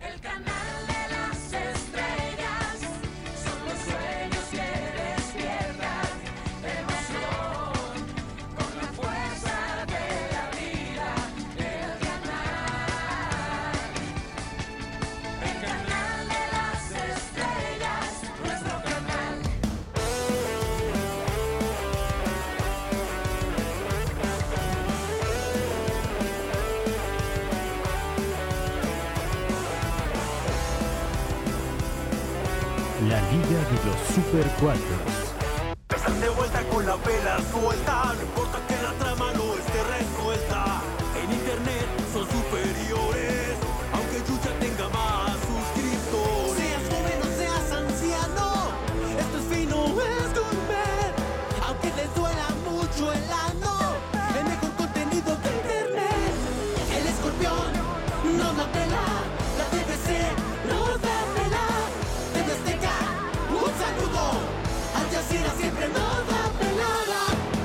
El canal de las estrellas son los sueños que despiertan emoción con la fuerza de la vida. El canal, el canal de las estrellas, nuestro canal. La Liga de los Super 4. Están de vuelta con la vela suelta, no importa que la trama no esté resuelta. En internet son superiores, aunque Yuya tenga más suscriptores. Seas joven o seas anciano, esto es fino, es comer. Aunque les duela mucho el ano, el mejor contenido de internet. El escorpión no la pela, la TVC nos da pela. TV Azteca, un saludo, Al Jazeera siempre nos da pelada.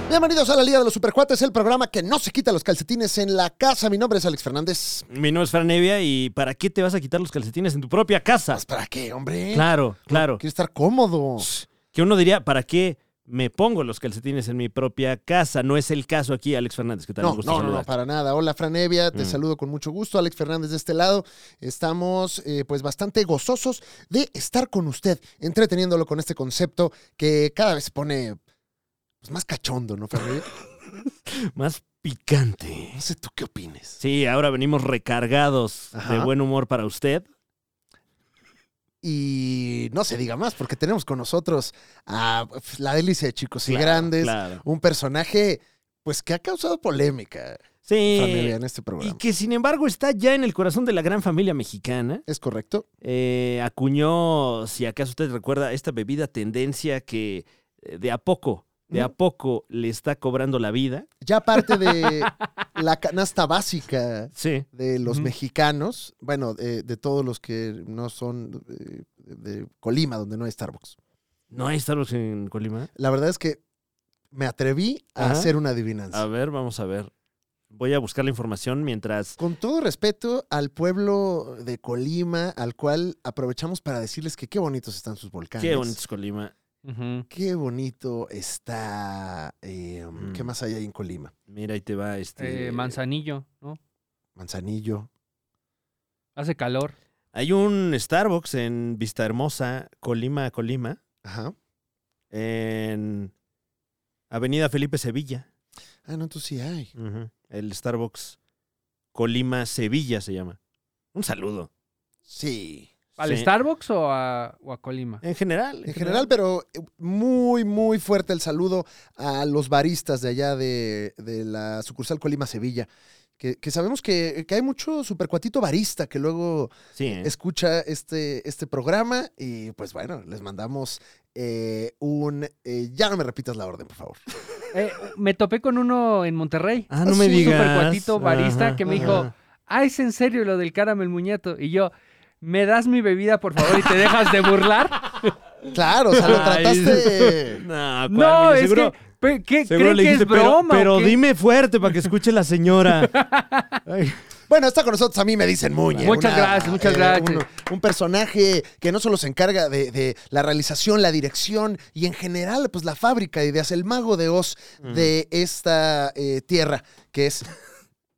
Bienvenidos a la Liga de los Supercuates, el programa que no se quita los calcetines en la casa. Mi nombre es Alex Fernández. Mi nombre es Fran Evia y ¿para qué te vas a quitar los calcetines en tu propia casa? Pues, ¿Para qué, hombre? Claro, claro. Quiero estar cómodo. Que uno diría, ¿para qué me pongo los calcetines en mi propia casa? No es el caso aquí, Alex Fernández, que tal? No, Un gusto no, no, no, saludarte. para nada. Hola, Fran Evia, te Mm. saludo con mucho gusto. Alex Fernández de este lado. Estamos eh, pues bastante gozosos de estar con usted, entreteniéndolo con este concepto que cada vez se pone pues, más cachondo, ¿no, Fran Evia? Más picante. No sé tú qué opines. Sí, ahora venimos recargados Ajá. de buen humor para usted. Y no se diga más, porque tenemos con nosotros a pf, la delicia de chicos y Claro, grandes, Claro. un personaje pues que ha causado polémica familia Sí. en este Y programa. que sin embargo está ya en el corazón de la gran familia mexicana. ¿Es correcto? Eh, acuñó, si acaso usted recuerda, esta bebida tendencia que eh, de a poco, de a poco le está cobrando la vida. Ya parte de la canasta básica Sí. de los Ujú. mexicanos, bueno, de, de todos los que no son eh, de Colima, donde no hay Starbucks. ¿No hay Starbucks en Colima? La verdad es que me atreví a Ajá. hacer una A adivinanza. ver, vamos a ver. Voy a buscar la información mientras... Con todo respeto al pueblo de Colima, al cual aprovechamos para decirles que qué bonitos están sus volcanes. Qué bonito es Colima. Qué bonito está. eh, ¿Qué Mm. más hay ahí en Colima? Mira, ahí te va este... Eh, Manzanillo, ¿no? Manzanillo. Hace calor. Hay un Starbucks en Vista Hermosa, Colima, Colima, Ajá. en Avenida Felipe Sevilla. Ah, no, tú sí hay. Ujú. El Starbucks Colima Sevilla se llama. Un saludo. Sí. ¿Al Sí. Starbucks o a, o a Colima? En general. En general, pero eh, muy, muy fuerte el saludo a los baristas de allá de, de la sucursal Colima Sevilla. Que, que sabemos que, que hay mucho supercuatito barista que luego Sí, ¿eh? escucha este, este programa y pues bueno, les mandamos eh, un... eh, ya no me repitas la orden, por favor. Eh, me topé con uno en Monterrey. Ah, no me Un digas. supercuatito barista Ajá, que me ajá. dijo, ah, ¿es en serio lo del caramel muñeto? Y yo, ¿me das mi bebida, por favor, y te dejas de burlar? Claro, o sea, Ay, lo trataste... No, no, es seguro, que... pe- ¿Qué seguro creen le que dijiste, es broma? pero, o pero qué?" dime fuerte para que escuche la señora. Ay. Bueno, está con nosotros, a mí me dicen Muñe. Muchas gracias, muchas gracias. eh, Un, un personaje que no solo se encarga de, de la realización, la dirección y en general, pues la fábrica de ideas, el mago de Oz Mm. Mm. de esta eh, tierra, que es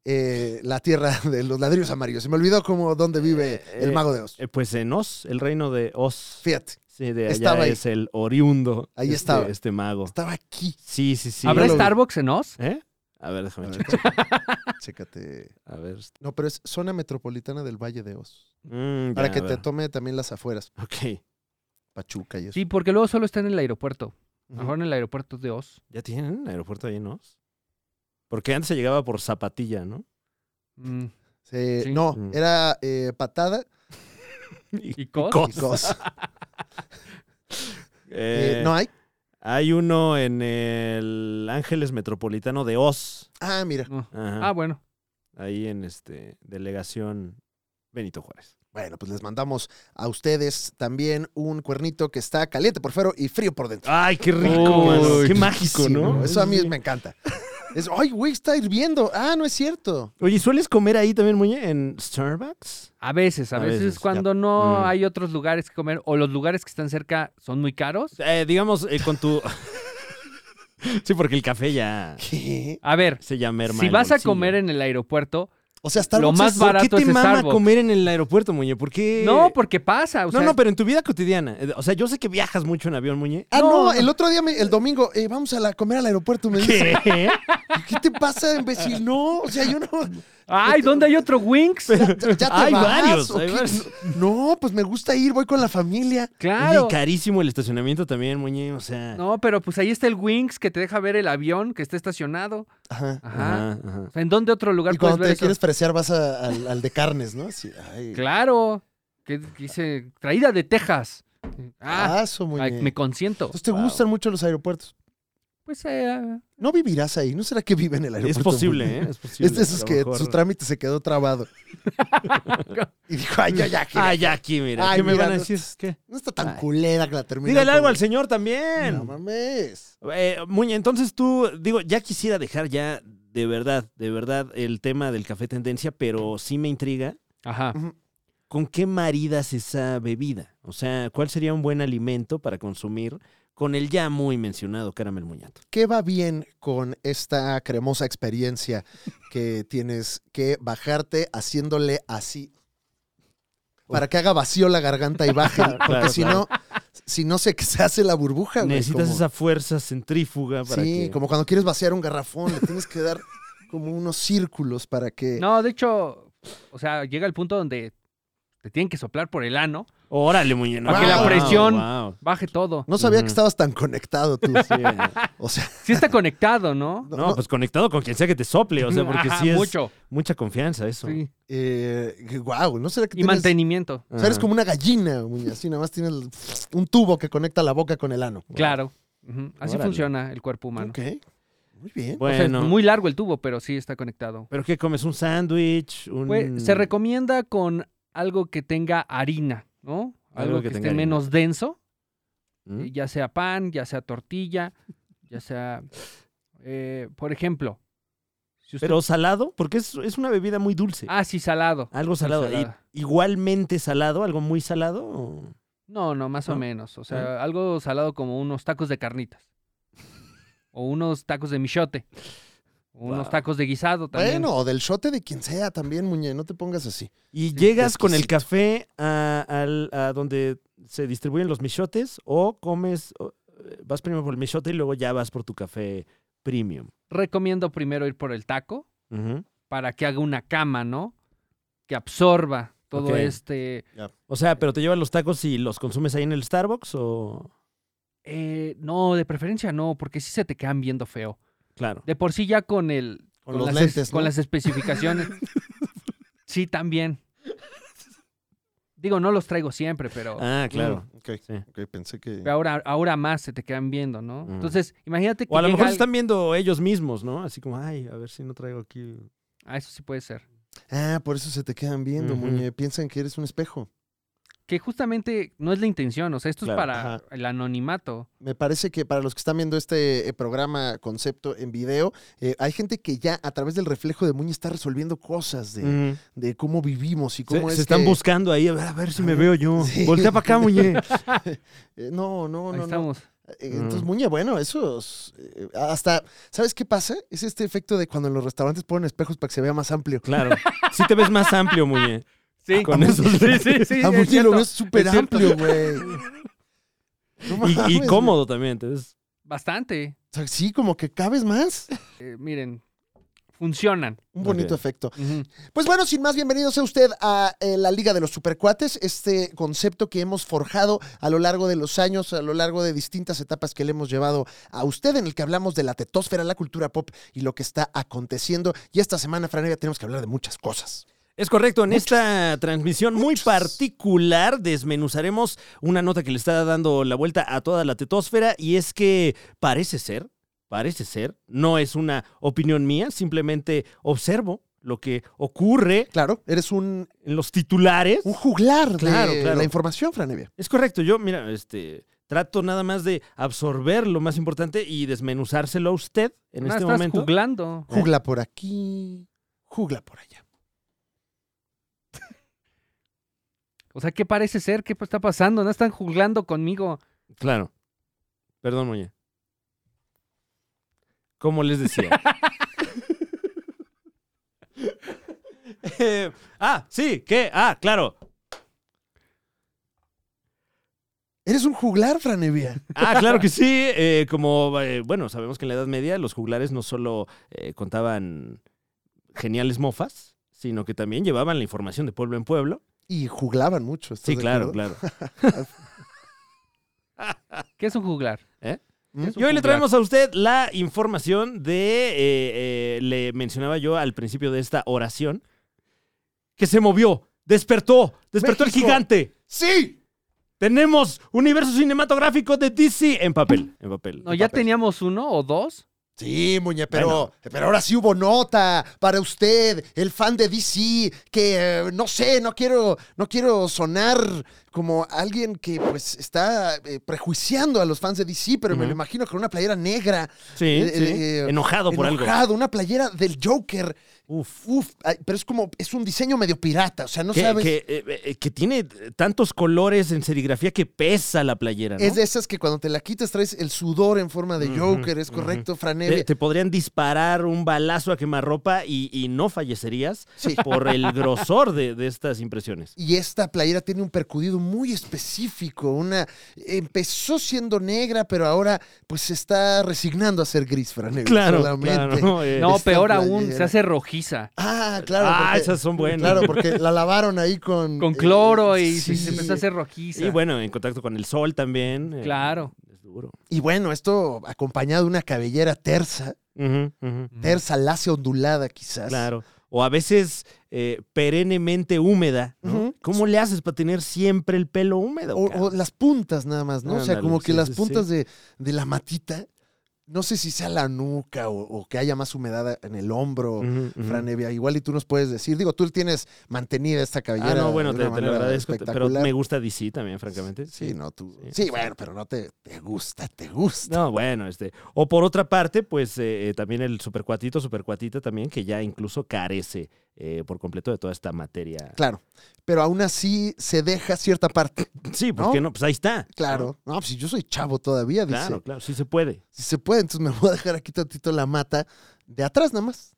eh, la tierra de los ladrillos amarillos. Se me olvidó como dónde vive el eh, mago de Oz. Eh, pues en Oz, el reino de Oz. Fíjate, Sí, de allá Estaba ahí. es el oriundo. Ahí este- estaba. Este mago. estaba aquí. Sí, sí, sí. ¿Habrá lo vi. Starbucks en Oz? ¿Eh? A ver, déjame A ver, checar. Chécate. A ver. No, pero es zona metropolitana del Valle de Oz. Mm, ya, Para que a te ver. tome también las afueras, Ok. Pachuca y eso. Sí, porque luego solo está en el aeropuerto. Ujú. Mejor en el aeropuerto de Oz. ¿Ya tienen aeropuerto ahí en Oz? Porque antes se llegaba por zapatilla, ¿no? Mm, Se- Sí. No, Mm. era eh, patada ¿Y Cos? y cos. Eh, Eh, no hay. Hay uno en el Ángeles Metropolitano de Oz. Ah, mira. No. Ajá. Ah, bueno. Ahí en este delegación Benito Juárez. Bueno, pues les mandamos a ustedes también un cuernito que está caliente por fuera y frío por dentro. ¡Ay, qué rico! Uy, mano. qué ¡Qué mágico, Sí, ¿no? Eso a mí Sí. me encanta. Es, ay, güey, está hirviendo. Ah, no es cierto. Oye, ¿sueles comer ahí también, Muñe, en Starbucks? A veces, a, A veces, veces, cuando ya. no Mm. hay otros lugares que comer o los lugares que están cerca son muy caros. Eh, digamos, eh, con tu... sí, porque el café ya ¿Qué? A ver, se llama merma si el vas a bolsillo. comer en el aeropuerto, O sea, Starbucks Lo más es- barato. ¿Por qué te es mama Starbucks. comer en el aeropuerto, Muñe? ¿Por qué? no, porque pasa. o No, sea, no, pero en tu vida cotidiana. Eh, O sea, yo sé que viajas mucho en avión, Muñe. Ah, no, No, no. el otro día, me- el domingo, eh, vamos a la- comer al aeropuerto. Me dice, ¿Qué? ¿qué te pasa, imbécil? No, o sea, yo no. Ay, ¿dónde hay otro Wings? ¿Ya te Hay vas, varios, o hay qué? varios. No, pues me gusta ir, voy con la familia. Claro. Y carísimo el estacionamiento también, Muñe. O sea... No, pero pues ahí está el Wings que te deja ver el avión que está estacionado. Ajá. Ajá. Ajá, ajá. O sea, ¿En dónde otro lugar Y puedes cuando ver te eso? quieres fresear vas a- al, al de carnes, ¿no? Sí, ay. Claro. Que que dice, traída de Texas. Ah, Ah, su ay, muñe. me consiento. Entonces te gustan mucho los aeropuertos. Pues eh, No vivirás ahí, ¿no será que vive en el Es aeropuerto? posible, muñe? ¿eh? Es posible. Es de esos A lo que mejor. su trámite se quedó trabado. y dijo, ay, yo ya, que Ah, ya aquí, mira. Ay, ¿Qué me mira, van a no- decir? ¿Qué? no está tan ay. culera que la termina. Dígale algo al señor también. No mames. Eh, Muñe, entonces tú, digo, ya quisiera dejar ya de verdad, de verdad, el tema del café tendencia, pero sí me intriga. ajá. ¿Con qué maridas esa bebida? O sea, ¿cuál sería un buen alimento para consumir con el ya muy mencionado caramel muñato? ¿Qué va bien con esta cremosa experiencia que tienes que bajarte haciéndole así? Para que haga vacío la garganta y baje. Porque claro, si claro. no, si no se, se hace la burbuja, güey. Necesitas como- esa fuerza centrífuga para Sí, que... como cuando quieres vaciar un garrafón, le tienes que dar como unos círculos para que. No, de hecho, o sea, llega el punto donde te tienen que soplar por el ano, Órale, Muñe. no, Para que la wow, presión- wow. baje todo. No sabía Ujú. que estabas tan conectado tú. Sí. O sea, Sí está conectado, ¿no? No, pues conectado con quien sea que te sople, o sea, porque Ajá, sí es mucho. mucha confianza eso. sí. wow, eh, ¿no será que Y tienes- mantenimiento, o sea, eres Ajá. como una gallina, muñe, así nada más tienes un tubo que conecta la boca con el ano. claro. Ujú. Así Órale. funciona el cuerpo humano. Ok. Muy bien. O sea, es Bueno, muy largo el tubo, pero sí está conectado. ¿pero qué comes? ¿Un sándwich? Un... Pues, se recomienda con algo que tenga harina, ¿no? Algo, Algo que, que esté tenga harina. menos denso, ¿Mm? ya sea pan, ya sea tortilla, ya sea, eh, por ejemplo, si usted- ¿Pero salado? Porque es, es una bebida muy dulce. ah, sí, salado. algo salado. salada. ¿Y- ¿Igualmente salado? ¿Algo muy salado? o- No, no, más o ¿No? menos. O sea, algo salado como unos tacos de carnitas. O unos tacos de michote. O unos Wow. tacos de guisado también. Bueno, o del shote de quien sea también, Muñe, no te pongas así. ¿Y llegas con el exquisito. café a, al- a donde se distribuyen los michotes o comes, o, eh, vas primero por el michote y luego ya vas por tu café premium? Recomiendo primero ir por el taco Ujú. para que haga una cama, ¿no? Que absorba todo Ok. este... O sea, ¿pero te llevas los tacos y los consumes ahí en el Starbucks o...? eh, no, de preferencia no, porque sí se te quedan viendo feo. Claro. De por sí ya con el... Con los las es- lentes, Con ¿no? las especificaciones. sí, también. Digo, no los traigo siempre, pero... Ah, claro. Mm, ok, Sí. ok, pensé que. Pero ahora, ahora más se te quedan viendo, ¿no? Mm. Ujú. Entonces, imagínate que. O a lo llega mejor se al- están viendo ellos mismos, ¿no? Así como, ay, a ver si no traigo aquí... Ah, eso sí puede ser. Ah, por eso se te quedan viendo, Ujú. Muñe. Piensan que eres un espejo. Que justamente no es la intención, o sea, esto es Claro, para ajá. el anonimato. Me parece que para los que están viendo este eh, programa concepto en video, eh, hay gente que ya a través del reflejo de Muñe está resolviendo cosas de, Ujú. de cómo vivimos y Mm. Se, cómo se es. están que- buscando ahí, a ver, a ver si me veo yo. Sí. Voltea para acá, muñe. Eh, no, no, Ahí no, no. estamos. Eh, Entonces, Mm. Muñe, bueno, eso es, eh, hasta, ¿sabes qué pasa? Es este efecto de cuando en los restaurantes ponen espejos para que se vea más amplio. Claro. Si te ves más amplio, muñe. Ah, Sí, Con esos sí, sí, sí. a es cierto. Muñe Ah, pues lo ves súper Es cierto. amplio, güey. No Y- Y, mames, cómodo también. te ves. Bastante. O sea, sí, como que cabes más. Eh, miren, funcionan. Un bonito Ok. efecto. Ujú. Pues bueno, sin más, bienvenido sea usted a eh, la Liga de los Supercuates, este concepto que hemos forjado a lo largo de los años, a lo largo de distintas etapas que le hemos llevado a usted, en el que hablamos de la tetósfera, la cultura pop y lo que está aconteciendo. Y esta semana, Franevia, tenemos que hablar de muchas cosas. Es correcto, en esta transmisión muy particular desmenuzaremos una nota que le está dando la vuelta a toda la tetósfera y es que parece ser, parece ser, no es una opinión mía, simplemente observo lo que ocurre Claro, eres un, en los titulares. un juglar Claro, de claro. Eh. la información, Franevia. Es correcto, yo, mira, este, Trato nada más de absorber lo más importante y desmenuzárselo a usted en No, este estás momento. googlando. Jugla por aquí, jugla por allá. O sea, ¿qué parece ser? ¿Qué está pasando? No están jugando conmigo. Claro. Perdón, Muñe. Como les decía. Eh, ah, sí, ¿qué? Ah, claro. Eres un juglar, Franevia. Ah, claro que sí. Eh, como, eh, bueno, sabemos que en la Edad Media los juglares no solo eh, contaban geniales mofas, sino que también llevaban la información de pueblo en pueblo. Y juglaban mucho. ¿estás Sí, de claro, acuerdo? claro. ¿Qué es un juglar? ¿Mm? Es un Y hoy le juglar. traemos a usted la información de, eh, eh, le mencionaba yo al principio de esta oración, que se movió, despertó, despertó el México. gigante. ¡Sí! Tenemos universo cinematográfico de DC en papel, en papel. No, ya papel. teníamos uno o dos. Sí, Muñe, pero, pero ahora sí hubo nota para usted, el fan de DC, que eh, no sé, no quiero, no quiero sonar como alguien que pues está eh, prejuiciando a los fans de DC, pero me Ujú. lo imagino con una playera negra, Sí, eh, sí. eh, enojado por algo. enojado, una playera del Joker. Uf. Uf, ay, pero es como, es un diseño medio pirata, o sea, no que, sabes. que, eh, eh, que tiene tantos colores en serigrafía que pesa la playera. ¿no? Es de esas que cuando te la quitas traes el sudor en forma de Ujú, Joker, es ujú. Eh, correcto, te, Franevia. te podrían disparar un balazo a quemarropa y, y no fallecerías Sí. por el grosor de, de estas impresiones. Y esta playera tiene un percudido muy específico. Una empezó siendo negra, pero ahora pues se está resignando a ser gris, Fran. Claro, solamente. claro, eh, No, Esta peor aún, playera. se hace rojiza. Ah, claro. Ah, porque- esas son buenas. Claro, porque la lavaron ahí con Con eh, cloro y sí. se empezó a hacer rojiza. Y bueno, en contacto con el sol también. eh, Claro. Es duro. Y bueno, esto acompañado de una cabellera tersa, Ujú, ujú. tersa lacia ondulada quizás. Mm. Claro. O a veces eh, perennemente húmeda. ¿no? Ujú. ¿Cómo le haces para tener siempre el pelo húmedo? O, cabrón? o las puntas nada más, ¿no? o sea, Ándale, como que sí, las sí, sí. puntas De, de la matita, no sé si sea la nuca o, o que haya más humedad en el hombro. Ujú, ujú. Franevia, igual y tú nos puedes decir. Digo, tú tienes mantenida esta cabellera. Ah, no, bueno, de te, una te lo manera agradezco. te- Pero espectacular. me gusta DC también, francamente. Sí, no, tú. Sí. Sí, bueno, pero no te, te gusta, te gusta. No, bueno, este. O por otra parte, pues eh, eh, también el supercuatito, supercuatita también, que ya incluso carece eh, por completo de toda esta materia. Claro. Pero aún así se deja cierta parte. Sí, ¿por qué no? Pues ahí está. Claro. No, pues si yo soy chavo todavía, dice. Claro, claro, sí se puede. Si se puede, entonces me voy a dejar aquí tantito la mata. De atrás nada más.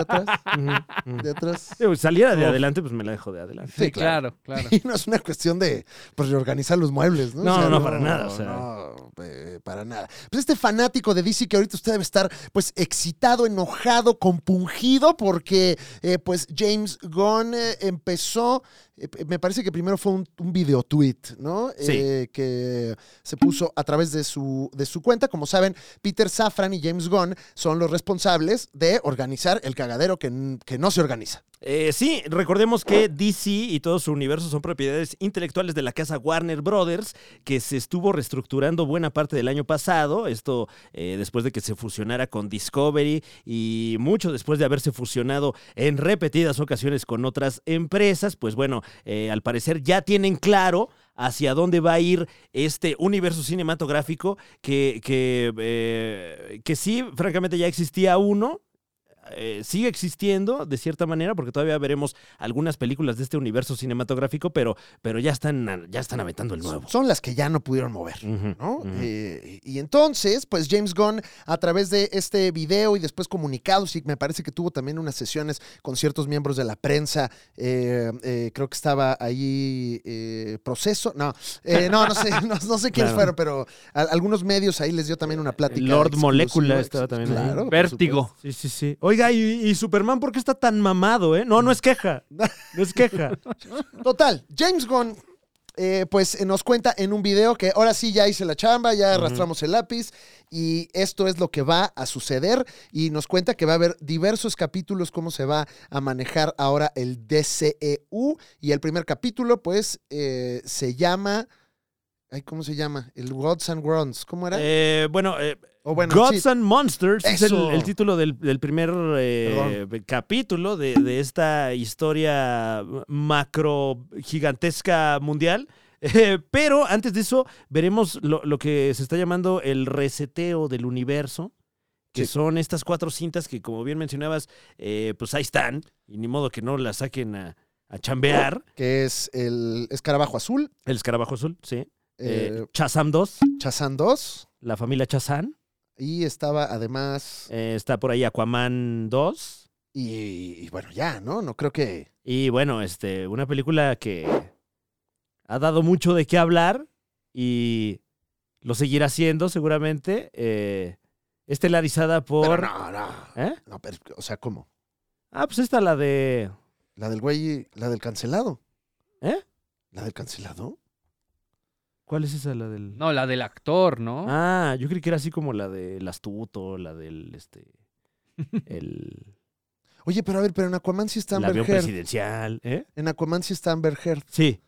atrás, Ujú, ujú. de atrás. Sí, pues, saliera de Uf. adelante, pues me la dejo de adelante. Sí, claro, claro. Y no es una cuestión de pues, reorganizar los muebles, ¿no? No, no, no, para nada, o sea. no, eh, para nada. Pues este fanático de DC que ahorita usted debe estar, pues, excitado, enojado, compungido, porque, eh, pues, James Gunn eh, empezó, eh, me parece que primero fue un, un video tweet, ¿no? Sí. Eh, que se puso a través de su, de su cuenta. Como saben, Peter Safran y James Gunn son los responsables de organizar el cagadero que, n- que no se organiza. Eh, sí, recordemos que DC y todo su universo son propiedades intelectuales de la casa Warner Brothers, que se estuvo reestructurando buena parte del año pasado, esto eh, después de que se fusionara con Discovery y mucho después de haberse fusionado en repetidas ocasiones con otras empresas, pues bueno, eh, al parecer ya tienen claro hacia dónde va a ir este universo cinematográfico que, que, eh, que sí, francamente ya existía uno, eh, sigue existiendo de cierta manera, porque todavía veremos algunas películas de este universo cinematográfico, pero, pero ya, están, ya están aventando el nuevo. Son las que ya no pudieron mover. Ujú, ¿no? ujú. Eh, y entonces, pues James Gunn, a través de este video y después comunicados, y me parece que tuvo también unas sesiones con ciertos miembros de la prensa, eh, eh, creo que estaba ahí eh, proceso, no, eh, no, no sé, no, no sé quiénes Claro. fueron, pero a- algunos medios ahí les dio también una plática. Lord exclusiva. Molecula estaba también ahí. Claro, por Vértigo. Sí, sí, sí. Oiga, ¿y, y Superman por qué está tan mamado, eh? No, no es queja. No es queja. Total, James Gunn, eh, pues eh, nos cuenta en un video que ahora sí ya hice la chamba, ya arrastramos el lápiz y esto es lo que va a suceder y nos cuenta que va a haber diversos capítulos, cómo se va a manejar ahora el DCEU y el primer capítulo pues eh, se llama... Ay, ¿Cómo se llama? El Gods and Grounds. ¿Cómo era? Eh, bueno, eh, o bueno, Gods sí, and Monsters es el, Eso. el título del, del primer eh, capítulo de, de esta historia macro gigantesca mundial Eh, pero antes de eso, veremos lo, lo que se está llamando el reseteo del universo, que son estas cuatro cintas que, como bien mencionabas, eh, pues ahí están, y ni modo que no las saquen a, a chambear. que es el escarabajo azul, El escarabajo azul, sí. Eh, eh, Chazam 2, Chazán 2, la familia Chazán. y estaba además. Eh, está por ahí Aquaman 2. Y, y bueno, ya, ¿no? No creo que. Y bueno, este, una película que ha dado mucho de qué hablar y lo seguirá haciendo seguramente. eh, estelarizada Pero por. no, no. ¿Eh? No, pero, o sea, ¿cómo? Ah, pues esta la de. La del güey, la del cancelado. ¿Eh? ¿La del cancelado? ¿Cuál es esa? La del. No, la del actor, ¿no? Ah, yo creí que era así como la del astuto, la del este. El, Oye, pero a ver, pero en Aquaman sí está el Amber avión Heard. presidencial. ¿eh? En Aquaman sí está Amber Heard. Sí,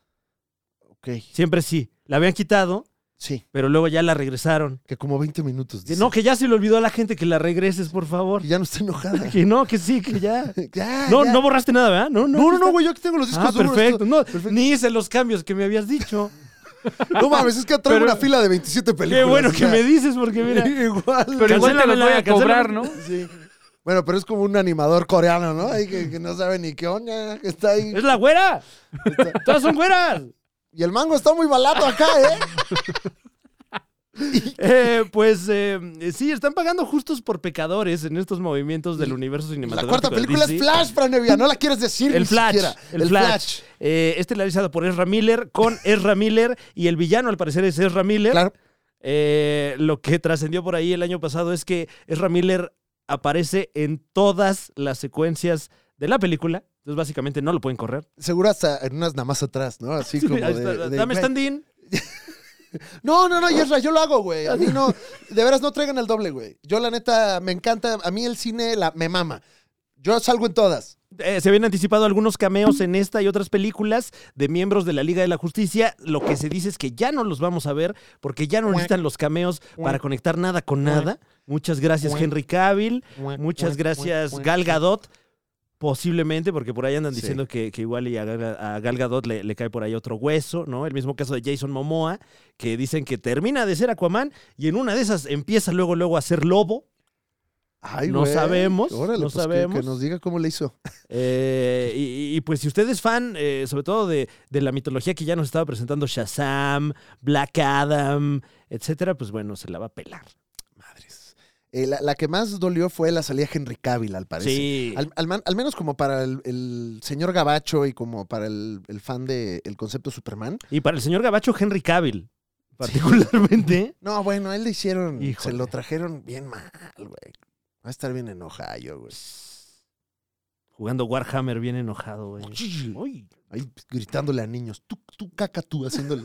Ok, siempre sí. La habían quitado, sí. pero luego ya la regresaron. Que como 20 minutos. dice. No, que ya se le olvidó a la gente que la regreses, por favor. Que ya no está enojada. Que no, que sí, que ya. Ya, No, Ah, ya. no borraste nada, ¿verdad? No, no. No, aquí no, no, está. güey, yo aquí tengo los discos Ah, duros. perfecto. No, Perfecto. Ni hice los cambios que me habías dicho. No mames, es que traigo Pero- una fila de 27 Qué películas. bueno o que sea, me dices, porque mira. Igual. Pero igual te los voy a Cancélamela, cobrar, ¿no? Sí. Bueno, pero es como un animador coreano, ¿no? Ahí que, que no sabe ni qué onda, que está ahí. ¡Es la güera! ¡Todas son güeras! Y el mango está muy barato acá, ¿eh? Eh, pues eh, sí, están pagando justos por pecadores en estos movimientos del universo La cinematográfico. cuarta de película DC. es Flash, Franevia, no la quieres decir El ni Flash, siquiera. el Flash. Eh, estelarizada por Ezra Miller, con Ezra Miller, y el villano al parecer es Ezra Miller. Claro. Eh, lo que trascendió por ahí el año pasado es que Ezra Miller aparece en todas las secuencias de la película. Entonces, básicamente, no lo pueden correr. Seguro hasta en unas nada más atrás, ¿no? Así como Ahí de, está, de- Dame güey. stand-in. No, no, no, Yesra, yo lo hago, güey. A mí no, de veras no traigan el doble, güey. Yo la neta me encanta, a mí el cine la, me mama. Yo salgo en todas. Eh, se habían anticipado algunos cameos en esta y otras películas de miembros de la Liga de la Justicia. Lo que se dice es que ya no los vamos a ver porque ya no necesitan los cameos para conectar nada con nada. Muchas gracias, Henry Cavill. Muchas gracias, Gal Gadot. Posiblemente, porque por ahí andan Sí. diciendo que, que igual y a, Gal- a Gal Gadot le, le cae por ahí otro hueso, ¿no? El mismo caso de Jason Momoa, que dicen que termina de ser Aquaman y en una de esas empieza luego, luego a ser lobo. Ay, No sabemos, Órale, no pues que- sabemos. Que, nos diga cómo le hizo. Eh, y, y, pues si usted es fan, eh, sobre todo de, de la mitología que ya nos estaba presentando Shazam, Black Adam, etcétera, pues bueno, se la va a pelar. Madres. Eh, la, la que más dolió fue la salida de Henry Cavill, al parecer. Sí. Al, al man- al menos como para el, el señor Gabacho y como para el, el fan del concepto Superman. Y para el señor Gabacho, Henry Cavill, particularmente. No, bueno, a él le hicieron, Híjole. se lo trajeron bien mal, güey. Va a estar bien enojado, güey. Jugando Warhammer bien enojado, güey. Uy. Ahí gritándole a niños, tú, tú caca, tú, haciéndole,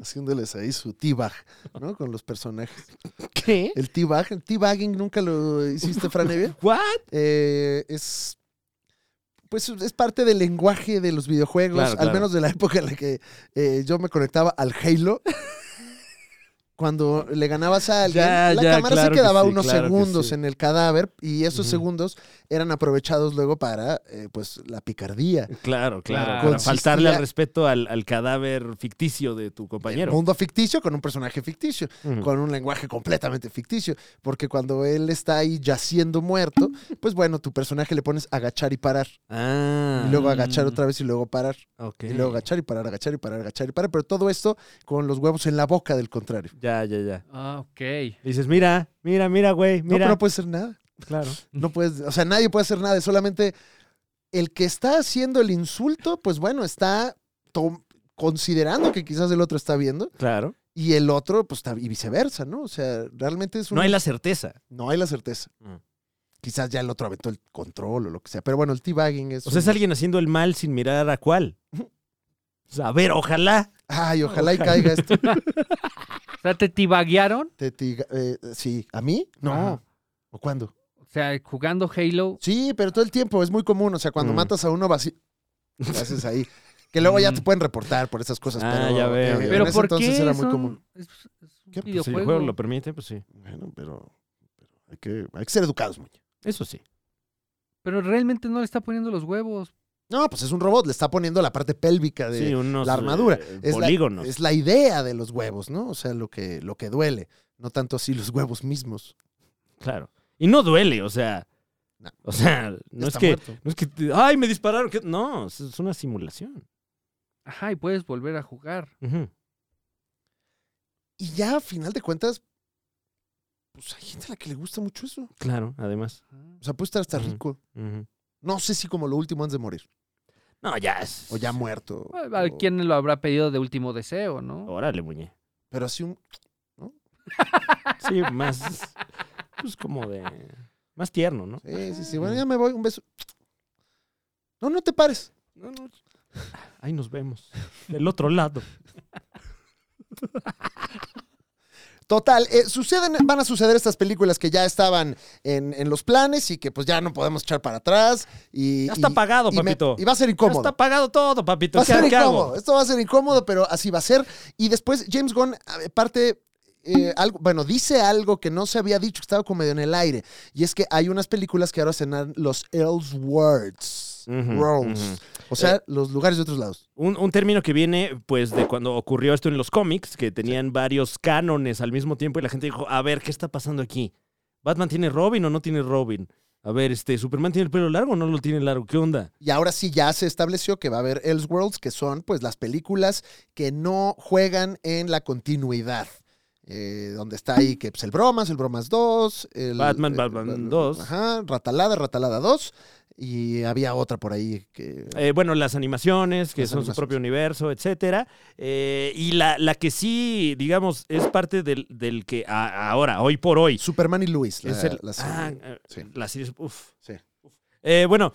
haciéndoles ahí su t-bag, ¿no? Con los personajes. ¿Qué? El t-bag, el t-bagging nunca lo hiciste, Franevia. ¿What? eh, es pues es parte del lenguaje de los videojuegos, Claro, al claro. menos de la época en la que eh, yo me conectaba al Halo. Cuando le ganabas a alguien, Ya, la ya, cámara claro se que quedaba sí, unos claro que segundos sí. en el cadáver y esos Ujú. segundos eran aprovechados luego para eh, pues la picardía. Claro, claro. Claro. para faltarle al Ah. Consistía- respeto al, al cadáver ficticio de tu El compañero. Mm. mundo ficticio con un personaje ficticio. Ujú. con un lenguaje completamente ficticio, porque cuando él está ahí yaciendo muerto, pues bueno, tu personaje le pones agachar y parar, Ah. y luego agachar Mm. otra vez y luego parar, ok. y luego agachar y parar, agachar y parar, agachar y parar, pero todo esto con los huevos en la boca del contrario. Ya, ya, ya. Ah, ok. Dices, mira, mira, mira, güey, No, pero mira. no puede ser nada. claro. No puedes, o sea, nadie puede hacer nada, es solamente el que está haciendo el insulto, pues bueno, está tom- considerando que quizás el otro está viendo Claro. y el otro, pues, está- y viceversa, ¿no? O sea, realmente es un... No hay la certeza. No hay la certeza. Mm. Quizás ya el otro aventó el control o lo que sea. Pero bueno, el teabagging es. O sea, un- es alguien haciendo el mal sin mirar a cuál. O sea, a ver, ojalá. Ay, ojalá y caiga esto. O sea, te tibaguearon, Te tiga- eh, sí, ¿a mí? No. Ajá. ¿O cuándo? o sea, jugando Halo. Sí, pero todo el tiempo es muy común. O sea, cuando Mm. matas a uno vacío. haces ahí. Que luego ya Mm. te pueden reportar por esas cosas. Ah, pero, ya veo, eh, ya en Pero ese ¿por entonces qué? era muy Son- común. Es, es un ¿Qué? Pues, si el videojuego. juego lo permite, pues sí. Bueno, pero, pero hay, que, hay que ser educados, muñe. Eso sí. Pero realmente no le está poniendo los huevos. No, pues es un robot, le está poniendo la parte pélvica de Sí, unos, la armadura. eh, es, la, polígonos. es la idea de los huevos, ¿no? O sea, lo que, lo que duele, no tanto así los huevos mismos. Claro. Y no duele, o sea. No. O sea, no es Está que. muerto. No es que. te- ¡Ay, me dispararon! que-". No, es- es una simulación. Ajá, y puedes volver a jugar. Ujú. Y ya, a final de cuentas, pues hay gente a la que le gusta mucho eso. Claro, además. O sea, puede estar hasta Ujú. rico. Ujú. No sé si como lo último antes de morir. No, ya es. O ya muerto. A a o- quién lo habrá pedido de último deseo, ¿no? Órale, muñe. Pero así un... Sí, más. Pues como de. Más tierno, ¿no? Sí, sí, sí. Bueno, ya me voy. Un beso. No, no te pares. No, no. Ahí nos vemos. Del otro lado. Total, eh, suceden, van a suceder estas películas que ya estaban en, en los planes y que pues ya no podemos echar para atrás. Y, Ya está y- pagado, y me- papito. y va a ser Ya incómodo. está pagado todo, papito. Va a ¿Qué, ser qué incómodo. hago? Esto va a ser incómodo, pero así va a ser. Y después James Gunn eh, parte. eh, algo, bueno, dice algo que no se había dicho, que estaba como medio en el aire. Y es que hay unas películas que ahora serán los Ellsworths. Ujú, Worlds. ujú. Eh, O sea, los lugares de otros lados. Un, un término que viene, pues, de cuando ocurrió esto en los cómics, que tenían varios cánones al mismo tiempo y la gente dijo, a ver, ¿qué está pasando aquí? ¿Batman tiene Robin o no tiene Robin? A ver, este, ¿Superman tiene el pelo largo o no lo tiene largo? ¿Qué onda? Y ahora sí ya se estableció que va a haber Elseworlds, que son pues las películas que no juegan en la continuidad. Eh, donde está ahí que pues, el Bromas, el Bromas 2, el- Batman, el- Batman el- 2. Ajá, Ratalada, Ratalada 2. Y había otra por ahí que. Eh, bueno, las animaciones, que Las son animaciones. su propio universo, etcétera. Eh, y la, la que sí, digamos, es parte del, del que a- ahora, hoy por hoy, Superman y Luis. la- es el- la serie. ah, eh, Sí. la serie es- uf. Sí. Uf. Eh, bueno,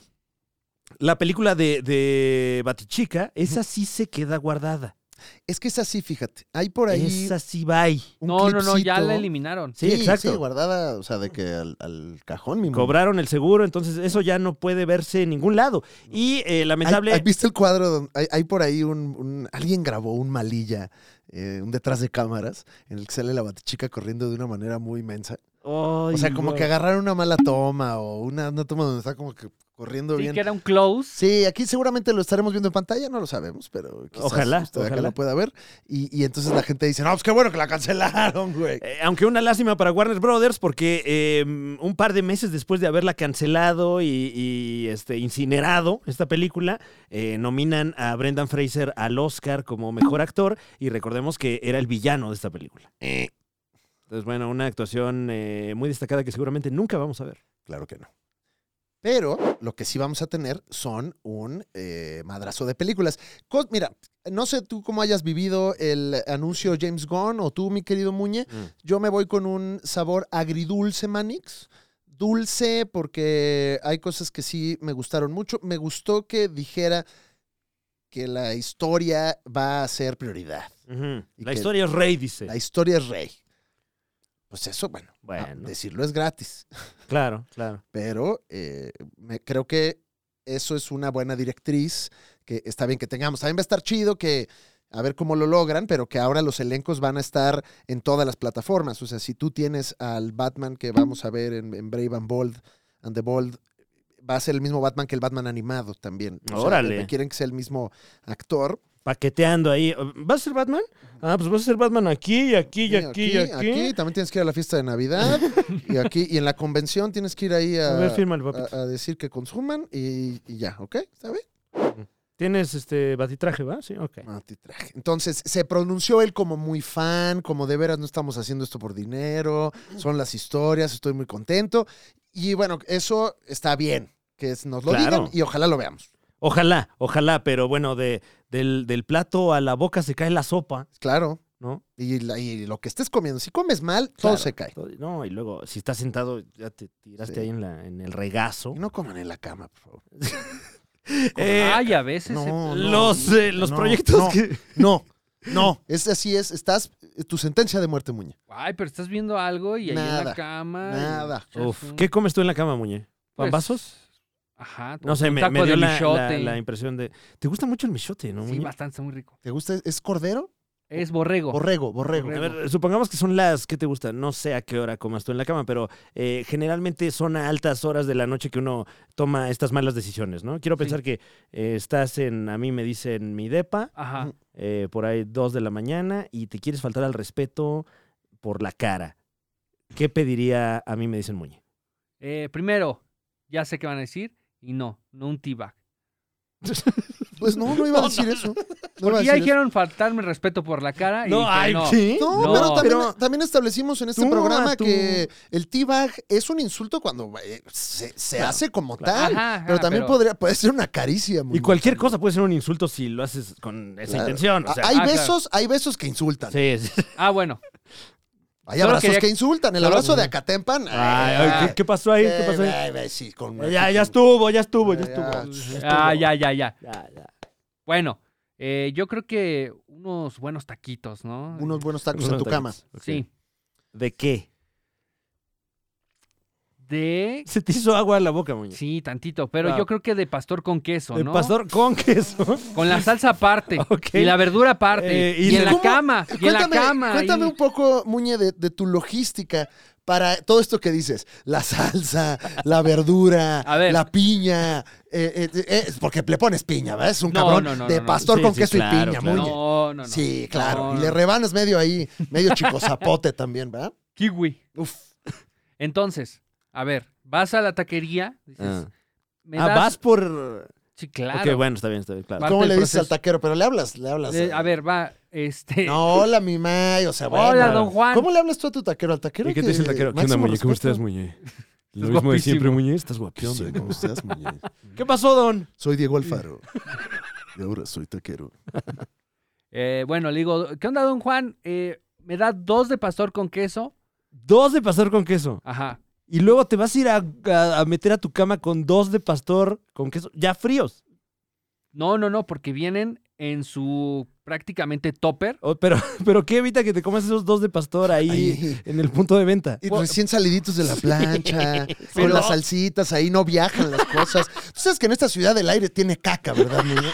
la película de, de Batichica, esa sí se queda guardada. Es que es así, fíjate. Hay por ahí. Esa sí va ahí. un no, no, no, ya clipcito. la eliminaron. Sí, exacto. sí, guardada, o sea, de que al, al cajón, mi amor. Cobraron el seguro, entonces eso ya no puede verse en ningún lado. Y eh, ¿Hay- lamentable. hay- ¿Viste el cuadro? donde- hay, hay por ahí un, un- Alguien grabó un malilla, eh, un detrás de cámaras, en el que sale la batichica corriendo de una manera muy inmensa. Ay, O sea, como güey. que agarraron una mala toma o una, una toma donde está como que corriendo Sí, bien. que era un close. Sí, aquí seguramente lo estaremos viendo en pantalla, no lo sabemos, pero quizás Ojalá, usted acá ojalá. lo pueda ver. Y, y entonces la gente dice, no, pues qué bueno que la cancelaron, güey. Eh, aunque una lástima para Warner Brothers, porque eh, un par de meses después de haberla cancelado y, y, este, incinerado esta película, eh, nominan a Brendan Fraser al Oscar como mejor actor y recordemos que era el villano de esta película. Eh. Entonces, bueno, una actuación eh, muy destacada que seguramente nunca vamos a ver. Claro que no. Pero lo que sí vamos a tener son un eh, madrazo de películas. Co- Mira, no sé tú cómo hayas vivido el anuncio James Gunn o tú, mi querido Muñe. Mm. Yo me voy con un sabor agridulce, Manix. Dulce porque hay cosas que sí me gustaron mucho. Me gustó que dijera que la historia va a ser prioridad. Ujú. Y La que- historia es rey, dice. La historia es rey. Pues eso, bueno, ah, Bueno. decirlo es gratis. Claro, claro. pero eh, me, creo que eso es una buena directriz que está bien que tengamos. También va a estar chido que a ver cómo lo logran, pero que ahora los elencos van a estar en todas las plataformas. O sea, si tú tienes al Batman que vamos a ver en, en Brave and Bold and the Bold, va a ser el mismo Batman que el Batman animado también. O sea, Órale. quieren que sea el mismo actor. Paqueteando ahí. ¿Vas a ser Batman? Ah, pues vas a ser Batman aquí, y aquí, y aquí, y aquí. aquí. También tienes que ir a la fiesta de Navidad y aquí y en la convención tienes que ir ahí a, A ver, firma el papito. a, a decir que consuman y, y ya, ¿ok? ¿Está bien? Tienes este batitraje, ¿va? Sí, ok. Ah, te traje. Entonces, se pronunció él como muy fan, como de veras no estamos haciendo esto por dinero, son las historias, estoy muy contento. Y bueno, eso está bien, que es- nos lo Claro. digan y ojalá lo veamos. Ojalá, ojalá, pero bueno, de, del, del plato a la boca se cae la sopa, Claro. ¿no? Y, la- y lo que estés comiendo, si comes mal, todo Claro. se cae. Todo- No, y luego, si estás sentado, ya te tiraste Sí. ahí en, la, en el regazo. Y no coman en la cama, por favor. Eh, Ay, a veces. se- No, no, los eh, los no, proyectos no. que. No, no. Es, así es, estás, eh, tu sentencia de muerte, Muñe. Ay, pero estás viendo algo y ahí en Nada, la cama. y- nada. Uf, ¿qué comes tú en la cama, Muñe? Pues, ¿Pambazos? Ajá. no sé, un me, taco me de dio la, la- michote. la impresión de. ¿Te gusta mucho el michote, no, Sí, Muñe? bastante, está muy rico. ¿Te gusta? ¿Es cordero? Es borrego. Borrego, borrego. A ver, supongamos que son las, ¿qué te gusta? No sé a qué hora comas tú en la cama, pero eh, generalmente son a altas horas de la noche que uno toma estas malas decisiones, ¿no? Quiero pensar que eh, estás en, a mí me dicen mi depa, Ajá. eh, por ahí dos de la mañana, y te quieres faltar al respeto por la cara. ¿Qué pediría a mí me dicen Muñe? Eh, primero, ya sé qué van a decir. Y no, no un teabag. Pues no, no iba a decir eso. No iba a Porque ya decir eso. dijeron faltarme respeto por la cara. Y No, dije, ay, no. sí. No, No, pero, también, pero- también establecimos en este Tú, programa ah, tú. que el T-Bag es un insulto cuando eh, se, se Claro, hace como claro. tal. Ajá, ajá, pero también pero- podría, puede ser una caricia. Y muñe. cualquier cosa puede ser un insulto si lo haces con esa Claro. intención. O Ah, sea, hay Ah, claro. besos, hay besos que insultan. sí, sí. Ah, bueno. Hay Solo abrazos quería- que insultan. El solo- abrazo de Acatempan. Ay, ay, ay, ¿qué, qué pasó ahí? ¿Qué eh, pasó ahí? ay, ay, sí, con- Ya, ya estuvo, ya estuvo, ya Ya, ya. estuvo. Ah, ya, ya, ya. Ya, ya. Bueno, eh, yo creo que unos buenos taquitos, ¿no? Unos buenos tacos en tu cama. Sí. ¿De qué? De. Se te hizo agua en la boca, muñeca. Sí, tantito. Pero Wow. yo creo que de pastor con queso, El ¿no? pastor con queso. Con la salsa aparte. Ok. Y la verdura aparte. Eh, y y, en le- la ¿Cómo? cama. Y en la Cuéntame- cama. Cuéntame y- un poco, Muñe, de, de tu logística para todo esto que dices. La salsa, la verdura, A ver. la piña. eh, eh, eh, porque le pones piña, ¿verdad? Es un No, cabrón no, no, de no, no. pastor Sí, con sí, queso y claro, piña, claro. Muñe. No, no, no. Sí, claro. No, Y le no. rebanas medio ahí, medio chico zapote también, ¿verdad? Kiwi. Uf. Entonces, a ver, vas a la taquería. Dices, Ah, ¿me Ah, das- vas por. Sí, claro. Ok, bueno, está bien, está bien, claro. Parte ¿Cómo le del dices al proceso. taquero? Pero le hablas, le hablas. eh, Le- a ver, va, este. No, hola, mi may, o sea, bueno. Hola, don Juan. ¿Cómo le hablas tú a tu taquero? ¿Al taquero? ¿Y qué te dice el taquero? ¿Qué onda, máximo Muñe? ¿Cómo respeto. estás, Muñe? Lo Estás mismo de siempre, guapísimo. Muñe. Estás guapísimo. Sí, ¿Cómo estás, Muñe? ¿Qué pasó, Don? Soy Diego Alfaro. Y ahora soy taquero. Eh, bueno, le digo, ¿qué onda, don Juan? Eh, ¿Me da dos de pastor con queso? Dos de pastor con queso. Ajá. Y luego te vas a ir a, a- a meter a tu cama con dos de pastor con queso. Ya fríos. No, no, no, porque vienen en su prácticamente topper. O- pero, pero ¿qué evita que te comas esos dos de pastor ahí Ahí. en el punto de venta? Y recién saliditos de la plancha, con las salsitas, ahí no viajan las cosas. Tú sabes que en esta ciudad el aire tiene caca, ¿verdad, Muñe?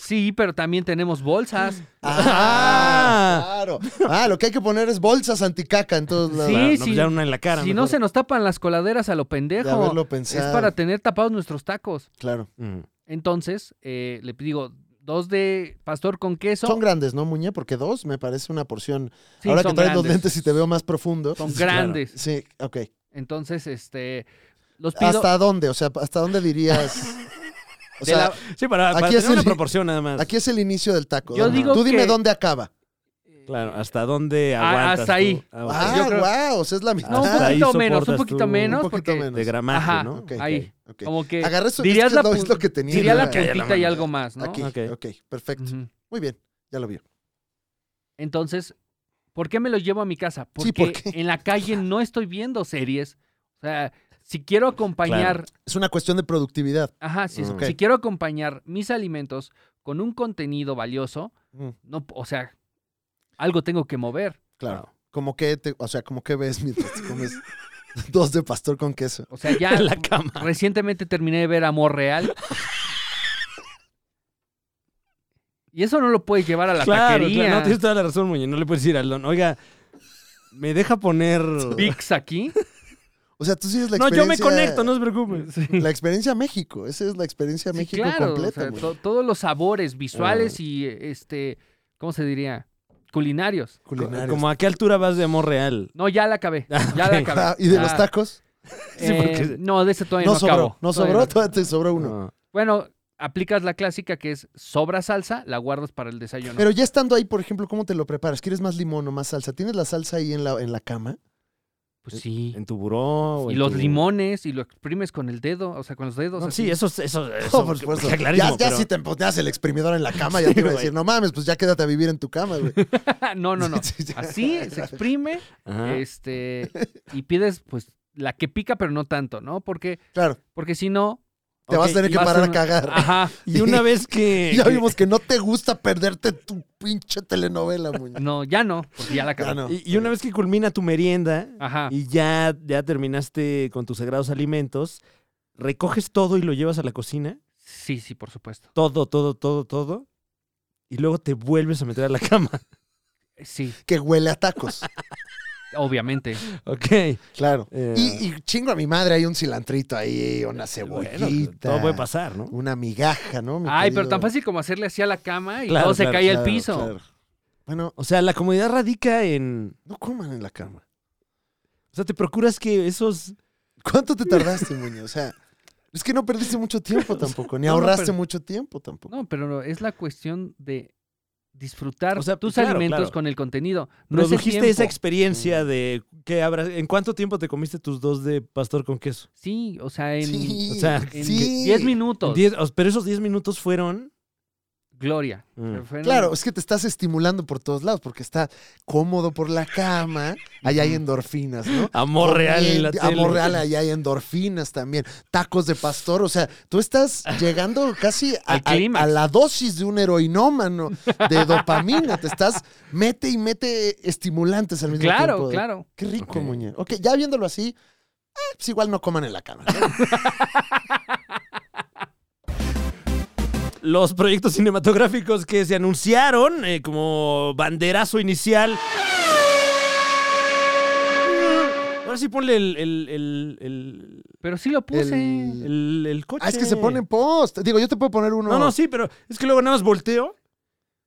Sí, pero también tenemos bolsas. Ah, claro. Ah, lo que hay que poner es bolsas anticaca en todos lados. Sí, Claro, no, sí. pues ya una en la cara. si no mejor. se nos tapan las coladeras a lo pendejo. De haberlo es pensado. para tener tapados nuestros tacos. Claro. Mm. Entonces, eh, le digo, dos de pastor con queso. Son grandes, ¿no, Muñe? Porque dos me parece una porción. Sí, Ahora que son traes los grandes. lentes y te veo más profundo. Son claro. grandes. Sí, ok. Entonces, este, los pido. ¿Hasta dónde? O sea, ¿hasta dónde dirías? O de sea, la- Sí, para, para Aquí tener es el- una proporción nada más. aquí es el inicio del taco. Yo ¿dónde? digo Tú dime que- dónde acaba. eh, Claro, ¿hasta dónde Ah, aguantas hasta tú? ahí. Ah, ok. Ah, Yo creo- wow, o sea, es la mitad. No, un Hasta ahí poquito menos, un soportas poquito tú. menos. Un poquito porque menos. De gramaje, Ajá. ¿no? Ok, Ahí. ok. Como que Agarré eso, dirías es, que la es lo, pun- es lo que tenía. diría la Aquí, puntita y algo más, ¿no? Aquí, Ok. ok, perfecto. Ujú. Muy bien, ya lo vi. Entonces, ¿por qué me los llevo a mi casa? Porque Sí, ¿por qué? en la calle no estoy viendo series. O sea, si quiero acompañar, Es una cuestión de productividad. ajá, si, Mm. si Ok. quiero acompañar mis alimentos con un contenido valioso, Mm. no, o sea, algo tengo que mover. Claro. Como que te, o sea, como que ves mientras te comes dos de pastor con queso. O sea, ya En la cama. recientemente terminé de ver Amor Real. Y eso no lo puedes llevar a la claro, taquería. claro, no tienes toda la razón, Muñe. No le puedes decir al don, oiga, me deja poner. Vix aquí. O sea, tú sí es la No, yo experiencia. me conecto, no se preocupe. La experiencia México, esa es la experiencia Sí, México claro, o completa. sea, güey. to- todos los sabores visuales y este, ¿cómo se diría? Culinarios. Culinarios. Como a qué altura vas de amor real. No, ya la acabé. Ya la acabé. Ah, y de Ya. los tacos, Sí, Eh, porque- No, de ese todavía no, no, sobró, acabo. no Todavía sobró, no. todavía te sobró uno. No. Bueno, aplicas la clásica que es sobra salsa, la guardas para el desayuno. Pero ya estando ahí, por ejemplo, ¿cómo te lo preparas? ¿Quieres más limón o más salsa? ¿Tienes la salsa ahí en la, en la cama? pues sí. En tu buró. o Y en los tu- limones y lo exprimes con el dedo, o sea, con los dedos. No, así. sí, eso, eso, eso No, Oh, por supuesto. está Ya, clarísimo. ya pero- si te empoteas el exprimidor en la cama, ya te iba a decir, no mames, pues ya quédate a vivir en tu cama, güey. no, no, no. Sí, ya. Así se exprime, Ajá. este, y pides, pues, la que pica, pero no tanto, ¿no? Porque, Claro, porque si no, te vas a Ok, tener y que vas parar a- Ah, a cagar. ajá. Y una vez que. Ya vimos que no te gusta perderte tu pinche telenovela, muñeco. No, ya no, porque ya la acabé. Ya no. y, y una vez que culmina tu merienda Ajá. y ya, ya terminaste con tus sagrados alimentos, recoges todo y lo llevas a la cocina. Sí, sí, por supuesto. Todo, todo, todo, todo. Y luego te vuelves a meter a la cama. Sí, que huele a tacos. obviamente. Ok. Claro. Eh. Y, y chingo a mi madre, hay un cilantrito ahí, una Bueno, cebollita. pues, todo puede pasar, ¿no? Una migaja, ¿no? mi Ay, pero querido? tan fácil como hacerle así a la cama y Claro, todo se claro, cae al Claro, piso. claro. Bueno, O sea, la comodidad radica en. no coman en la cama. O sea, te procuras que esos. ¿Cuánto te tardaste, Muñoz? O sea, es que no perdiste mucho tiempo tampoco, ni no, no, ahorraste pero- mucho tiempo tampoco. No, pero es la cuestión de disfrutar O sea, tus claro, alimentos claro. con el contenido. No es el Produjiste esa tiempo. experiencia de que habrás. ¿En cuánto tiempo te comiste tus dos de pastor con queso? Sí, o sea, en sí, o sea, en sí. 10 minutos. Diez- os- pero esos 10 minutos fueron. Gloria. Mm. Fueron- Claro, es que te estás estimulando por todos lados porque está cómodo por la cama, allá hay endorfinas, ¿no? Amor real en la Comiendo- tele. Amor real, allá hay endorfinas también. Tacos de pastor, o sea, tú estás llegando casi a, Al a- clímax. a la dosis de un heroinómano de dopamina. te estás mete y mete estimulantes al mismo Claro, tiempo. claro. Qué rico, Ok. Muñe. Ok, ya viéndolo así, eh, pues igual no coman en la cama. ¿no? Los proyectos cinematográficos que se anunciaron eh, como banderazo inicial. Ahora sí ponle el, el, el, el, Pero sí lo puse. El- el- el coche. Ah, es que se pone en post. Digo, yo te puedo poner uno. No, no, sí, pero es que luego nada más volteo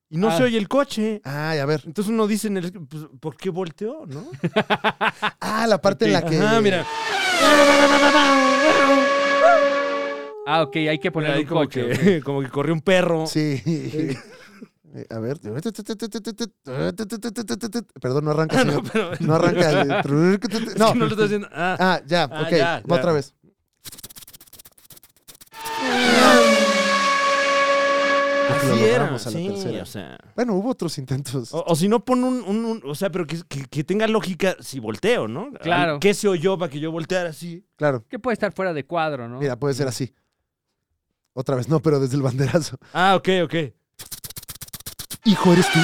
y no Ah. se oye el coche. Ay, a ver. Entonces uno dice, en el- pues, ¿por qué volteó? ¿No? Ah, la parte en la que. Ah, mira. Ah, ok, hay que poner Ahí un como, coche. que, ok. como que corrió un perro. Sí. Eh, A ver. Perdón, no arranca. Ah, no, señor. pero No arranca. es No. que no lo estás haciendo. Ah, Ah, ya, Ah, ok. ya, va ya. Otra vez. Creo así que lo era. logramos a la sí, tercera. o sea. Bueno, hubo otros intentos. O, o si no, pon un, un- un- O sea, pero que, que- que tenga lógica si volteo, ¿no? Claro. ¿Qué se oyó para que yo volteara así? Claro. Que puede estar fuera de cuadro, ¿no? Mira, puede ser así. Otra vez, no, pero desde el banderazo. Ah, ok, ok. Hijo, ¿eres tú?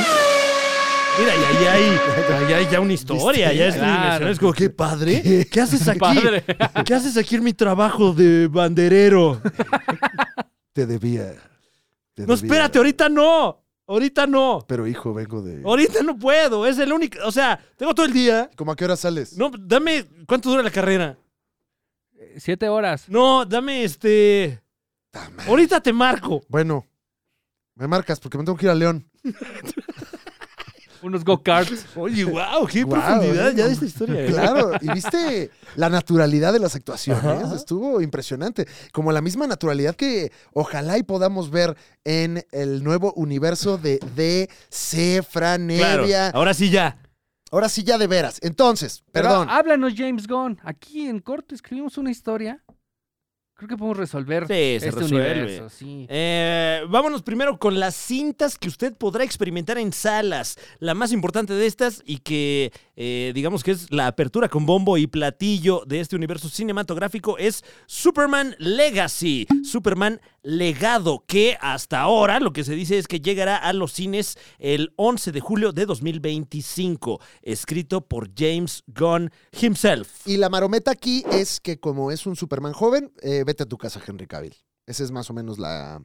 Mira, y ahí hay, ahí hay ya una historia, ya es Claro. dimensional. Es como, qué padre. ¿Qué haces pues aquí? Padre. ¿Qué haces aquí en mi trabajo de banderero? Te debía. te No, debía. espérate, ahorita no. Ahorita no. Pero hijo, vengo de. Ahorita no puedo. Es el único. O sea, tengo todo el día. ¿Cómo a qué hora sales? No, dame. ¿Cuánto dura la carrera? Siete horas. No, dame este. Ta madre. Ahorita te marco. Bueno, me marcas porque me tengo que ir a León. Unos go-karts. Oye, wow, qué Guau, profundidad eh. ya de esta historia. eh. Claro, y viste la naturalidad de las actuaciones. Ajá. Estuvo impresionante. Como la misma naturalidad que ojalá y podamos ver en el nuevo universo de DC, Fran Claro, Evia. Ahora sí ya. Ahora sí, ya de veras. Entonces, Pero perdón. háblanos, James Gunn. Aquí en corto escribimos una historia. Creo que podemos resolver Sí, se este resuelve. universo. Sí. Eh, vámonos primero con las cintas que usted podrá experimentar en salas. La más importante de estas y que eh, digamos que es la apertura con bombo y platillo de este universo cinematográfico es Superman Legacy, Superman Legado, que hasta ahora lo que se dice es que llegará a los cines el 11 de julio de 2025, escrito por James Gunn himself. Y la marometa aquí es que como es un Superman joven, eh, vete a tu casa, Henry Cavill. Esa es más o menos la,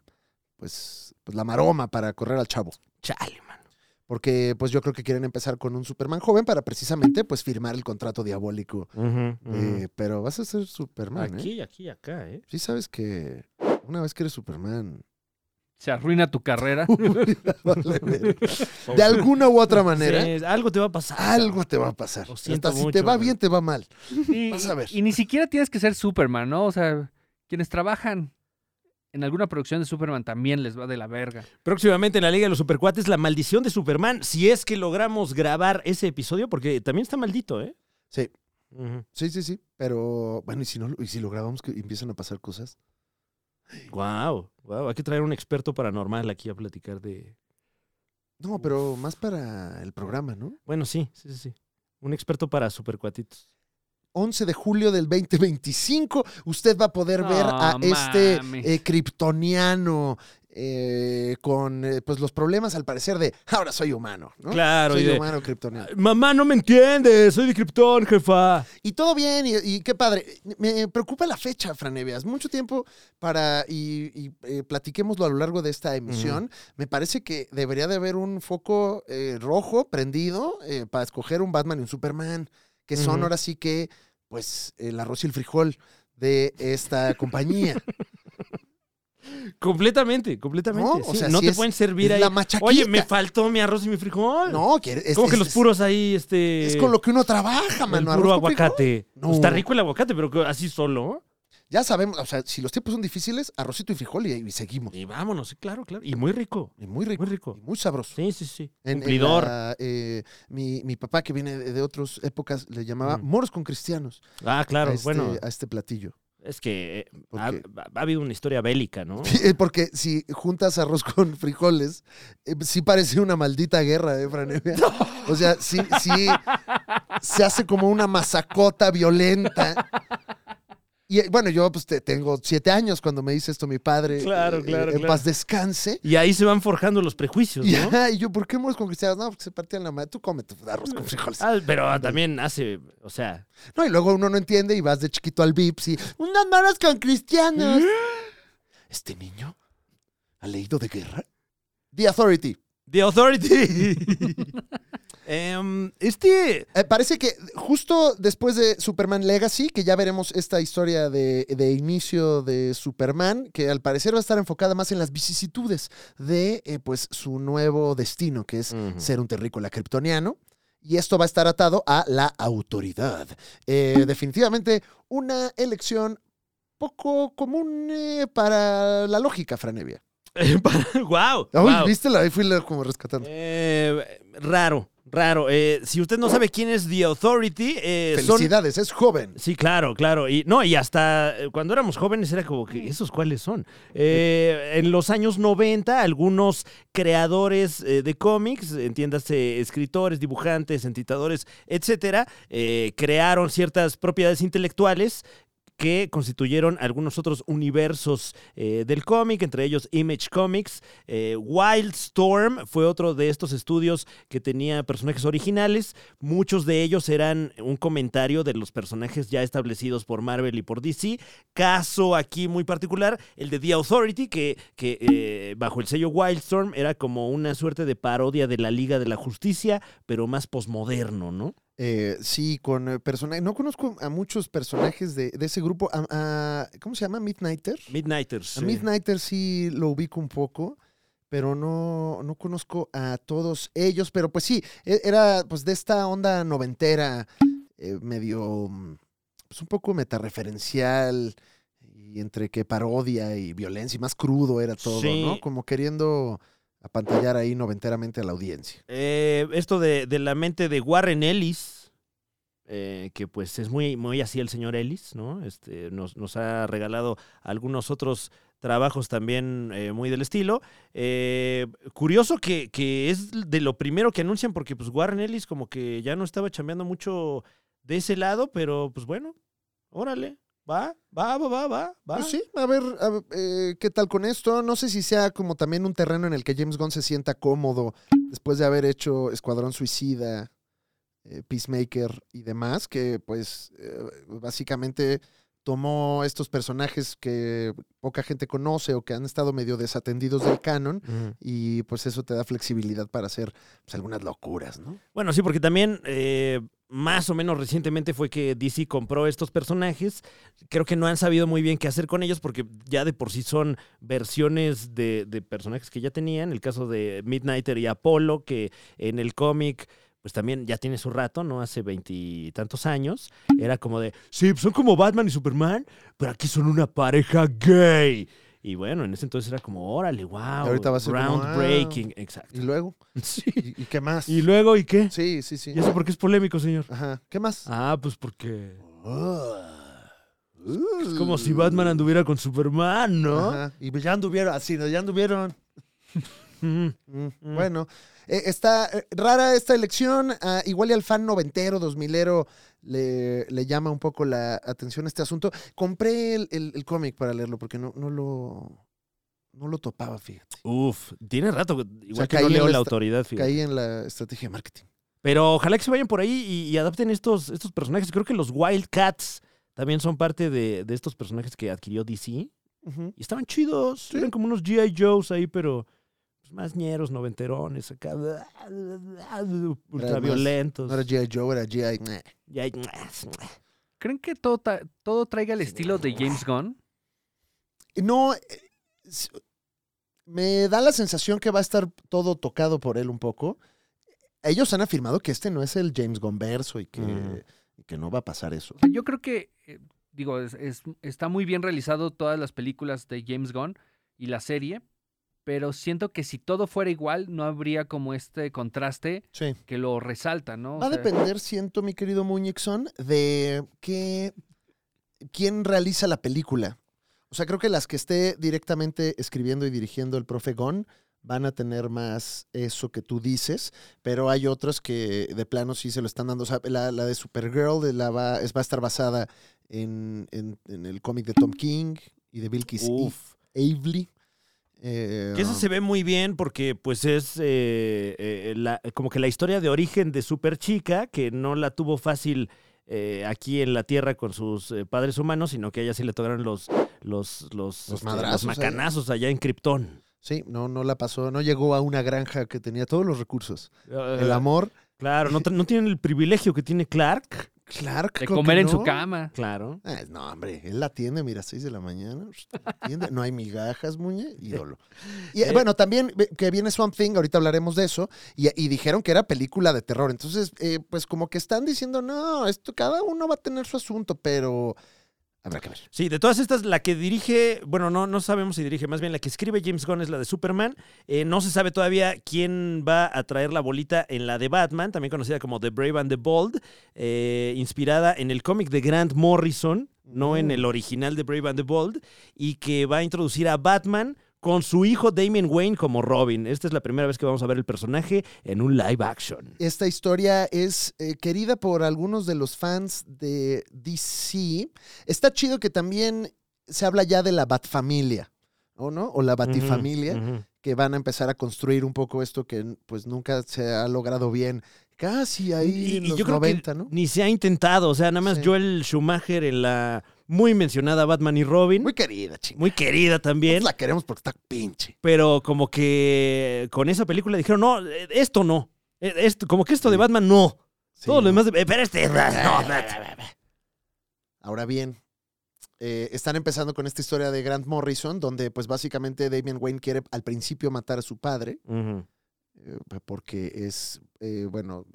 pues, pues la maroma para correr al chavo. Chale, man. Porque pues yo creo que quieren empezar con un Superman joven para precisamente pues firmar el contrato diabólico. Eh, pero vas a ser Superman, ¿eh? Aquí, aquí, acá, ¿eh? Sí sabes que una vez que eres Superman... Se arruina tu carrera. vale, ver. de alguna u otra manera, Sí, algo te va a pasar. algo te va a pasar. Lo siento Hasta si mucho, te va güey. bien, te va mal. Y, Vas a ver. y ni siquiera tienes que ser Superman, ¿no? O sea, quienes trabajan en alguna producción de Superman también les va de la verga. Próximamente en la Liga de los Supercuates, la maldición de Superman. Si es que logramos grabar ese episodio, porque también está maldito, ¿eh? Sí. Ujú. Sí, sí, sí. Pero bueno, ¿y si, no, lo- y si lo grabamos que empiezan a pasar cosas? Guau, guau, Hay que traer un experto paranormal aquí a platicar de. No, pero más para el programa, ¿no? Bueno, sí, sí, sí, sí. Un experto para supercuatitos. 11 de julio del 2025, usted va a poder ver No, Oh, a este mames. eh, kryptoniano eh, con eh, pues los problemas al parecer de ahora soy humano, ¿no? Claro, soy y de- humano kryptoniano. Mamá, no me entiendes, soy de Krypton, jefa. Y todo bien, y, y qué padre. Me preocupa la fecha, Franevias. Mucho tiempo para. Y, y, eh, platiquémoslo a lo largo de esta emisión. Me parece que debería de haber un foco eh, rojo prendido eh, para escoger un Batman y un Superman, que son Ujú. ahora sí que, pues, el arroz y el frijol de esta compañía. Completamente, completamente. No, No, o sea, no sí te es- pueden servir es ahí. la machaquita. Oye, me faltó mi arroz y mi frijol. No, que es, Como que es- los es- puros ahí, este. Es con lo que uno trabaja, el mano. puro arroz con frijol. aguacate. No. Está rico el aguacate, pero que- así solo. Ya sabemos, o sea, si los tiempos son difíciles, arrocito y frijol y, y seguimos. Y vámonos, sí, claro, claro. Y muy rico. Y muy rico. Muy rico. y muy sabroso. Sí, sí, sí. En- en Cumplidor. la, eh, mi, mi papá, que viene de, de otras épocas, le llamaba Ujú. moros con cristianos Ah, Mm. claro, a, este, bueno. a este platillo. Es que eh, ¿Por ha, qué? ha- ha habido una historia bélica, ¿no? Eh, Porque si juntas arroz con frijoles, eh, sí parece una maldita guerra, ¿eh, Franevia? O sea, sí, sí se hace como una masacota violenta. Y eh, bueno, yo pues te- tengo siete años cuando me dice esto mi padre. eh, Claro, claro, En claro. paz descanse. Y ahí se van forjando los prejuicios, Y, ¿no? ajá, y yo, ¿por qué moros con cristianos? No, porque se partían la madre. Tú come tu arroz con frijoles. Ah, pero también hace, o sea, No, y luego uno no entiende y vas de chiquito al VIPS y unas manos con cristianos. ¿Este niño ha leído de guerra? The Authority. The Authority. Em, este, Eh, parece que justo después de Superman Legacy, que ya veremos esta historia de, de inicio de Superman, que al parecer va a estar enfocada más en las vicisitudes de eh, pues, su nuevo destino, que es Ujú. ser un terrícola kryptoniano. Y esto va a estar atado a la autoridad. Eh, definitivamente una elección poco común eh, para la lógica, Franevia. eh, wow, Ay, ¿Viste? La- Ahí fui la- como rescatando. Eh, raro, raro. Eh, si usted no sabe quién es The Authority, eh, son Felicidades, es joven. Sí, claro, claro. Y no, y hasta eh, cuando éramos jóvenes era como que, ¿esos cuáles son? Eh, en los años 90, algunos creadores eh, de cómics, entiéndase, escritores, dibujantes, entitadores, etcétera, eh, crearon ciertas propiedades intelectuales que constituyeron algunos otros universos eh, del cómic, entre ellos Image Comics. Eh, Wildstorm fue otro de estos estudios que tenía personajes originales. Muchos de ellos eran un comentario de los personajes ya establecidos por Marvel y por DC. Caso aquí muy particular, el de The Authority, que, que, eh, bajo el sello Wildstorm era como una suerte de parodia de la Liga de la Justicia, pero más posmoderno, ¿no? Eh, sí, con eh, personajes. No conozco a muchos personajes de, de ese grupo. A- a- ¿Cómo se llama? Midnighter. Midnighters. A Midnighter sí lo ubico un poco, pero no, no conozco a todos ellos. Pero pues sí, e- era pues de esta onda noventera, eh, medio, mm, pues un poco metarreferencial, y entre que parodia y violencia, y más crudo era todo, Sí. ¿no? Como queriendo apantallar ahí noventeramente a la audiencia. Eh, esto de, de la mente de Warren Ellis, eh, que pues es muy, muy así el señor Ellis, ¿no? Este, nos, nos ha regalado algunos otros trabajos también eh, muy del estilo. Eh, curioso que, que es de lo primero que anuncian, porque pues Warren Ellis como que ya no estaba chambeando mucho de ese lado, pero pues bueno, órale, va, va, va, va, va, va. Pues sí, a ver, a ver, eh, qué tal con esto. No sé si sea como también un terreno en el que James Gunn se sienta cómodo después de haber hecho Escuadrón Suicida, eh, Peacemaker y demás, que pues eh, básicamente tomó estos personajes que poca gente conoce o que han estado medio desatendidos del canon Ujú. y pues eso te da flexibilidad para hacer pues, algunas locuras, ¿no? Bueno, sí, porque también eh, más o menos recientemente fue que DC compró estos personajes. Creo que no han sabido muy bien qué hacer con ellos porque ya de por sí son versiones de, de personajes que ya tenían. El caso de Midnighter y Apolo, que en el cómic... Pues también ya tiene su rato, ¿no? Hace veintitantos años. Era como de, sí, son como Batman y Superman, pero aquí son una pareja gay. Y bueno, en ese entonces era como, órale, wow. ahorita va a ser como, wow. groundbreaking. Exacto. Y luego, Sí. ¿y, y qué más? ¿Y luego y qué? Sí, sí, sí. ¿Y eso por qué es polémico, señor? Ajá, ¿qué más? Ah, pues porque. Uh. Es como si Batman anduviera con Superman, ¿no? Ajá, Y pues ya anduvieron, así, ya anduvieron. Mm. Mm, Bueno, eh, está eh, rara esta elección. ah, igual y al fan noventero, dos milero, le, le llama un poco la atención este asunto. Compré el, el- el cómic para leerlo porque no, no lo. no lo topaba, fíjate. Uf, tiene rato. Igual sea, que no caí en leo la la esta- autoridad. fíjate. Caí en la estrategia de marketing. Pero ojalá que se vayan por ahí y, y adapten estos, estos personajes. Creo que los Wildcats también son parte de, de estos personajes que adquirió DC. Y estaban chidos. Eran como unos G.I. Joes ahí, pero pues, más ñeros, noventerones, acá. Ultraviolentos. No era G.I. Joe, era G.I. Meh. Ya hay- ¿Creen que todo, ta- todo traiga el estilo de James Gunn? No, eh, s- me da la sensación que va a estar todo tocado por él un poco. Ellos han afirmado que este no es el James Gunn verso y que, Mm. y que no va a pasar eso. Yo creo que, eh, digo, es- es- está muy bien realizado todas las películas de James Gunn y la serie, pero siento que si todo fuera igual, no habría como este contraste Sí. que lo resalta, ¿no? O Va a sea, depender, siento, mi querido Muñixon, de qué, quién realiza la película. O sea, creo que las que esté directamente escribiendo y dirigiendo el profe Gon van a tener más eso que tú dices, pero hay otras que de plano sí se lo están dando. O sea, la, la de Supergirl de la va, es, va a estar basada en, en- en el cómic de Tom King y de Bilkis Uf. Avely. Eh, Que eso se ve muy bien porque pues es eh, eh, la- como que la historia de origen de Superchica, que no la tuvo fácil eh, aquí en la Tierra con sus eh, padres humanos, sino que a ella sí le tocaron los, los, los, este, madrazos ¿eh? allá. macanazos allá, en Krypton. Sí, no, no la pasó, no llegó a una granja que tenía todos los recursos. El Eh, amor Claro, no, tra- no tienen el privilegio que tiene Clark. Clark. de creo que comer en no. su cama. Claro. Ah, no, hombre, él la atiende, mira, 6 de la mañana. la atiende, No hay migajas, muñe, ídolo. Y eh, bueno, también ve- que viene Swamp Thing, ahorita hablaremos de eso, y, y dijeron que era película de terror. Entonces, eh, pues como que están diciendo, no, esto cada uno va a tener su asunto, pero habrá que ver. Sí, de todas estas, la que dirige, bueno, no, no sabemos si dirige, más bien la que escribe James Gunn es la de Superman. Eh, no se sabe todavía quién va a traer la bolita en la de Batman, también conocida como The Brave and the Bold, eh, inspirada en el cómic de Grant Morrison, no en el original de Brave and the Bold, y que va a introducir a Batman con su hijo Damien Wayne como Robin. Esta es la primera vez que vamos a ver el personaje en un live action. Esta historia es eh, querida por algunos de los fans de DC. Está chido que también se habla ya de la Batfamilia, ¿o no? O la Batifamilia. Ujú, ujú. que van a empezar a construir un poco esto que pues nunca se ha logrado bien. Casi ahí Y- en y los yo creo que 90, ¿no? Ni se ha intentado, o sea, nada más Sí. Joel Schumacher en la muy mencionada Batman y Robin, Muy muy, querida, chingada. querida también, La queremos porque está pinche. pero como que con esa película dijeron, no, eh, esto no, Eh, esto, como que esto de Batman no, Sí, todo lo ¿no? demás, de- eh, pero este, no, espérate. Ahora bien, eh, están empezando con esta historia de Grant Morrison, donde pues básicamente Damian Wayne quiere al principio matar a su padre, Ujú. eh, porque es, eh, bueno,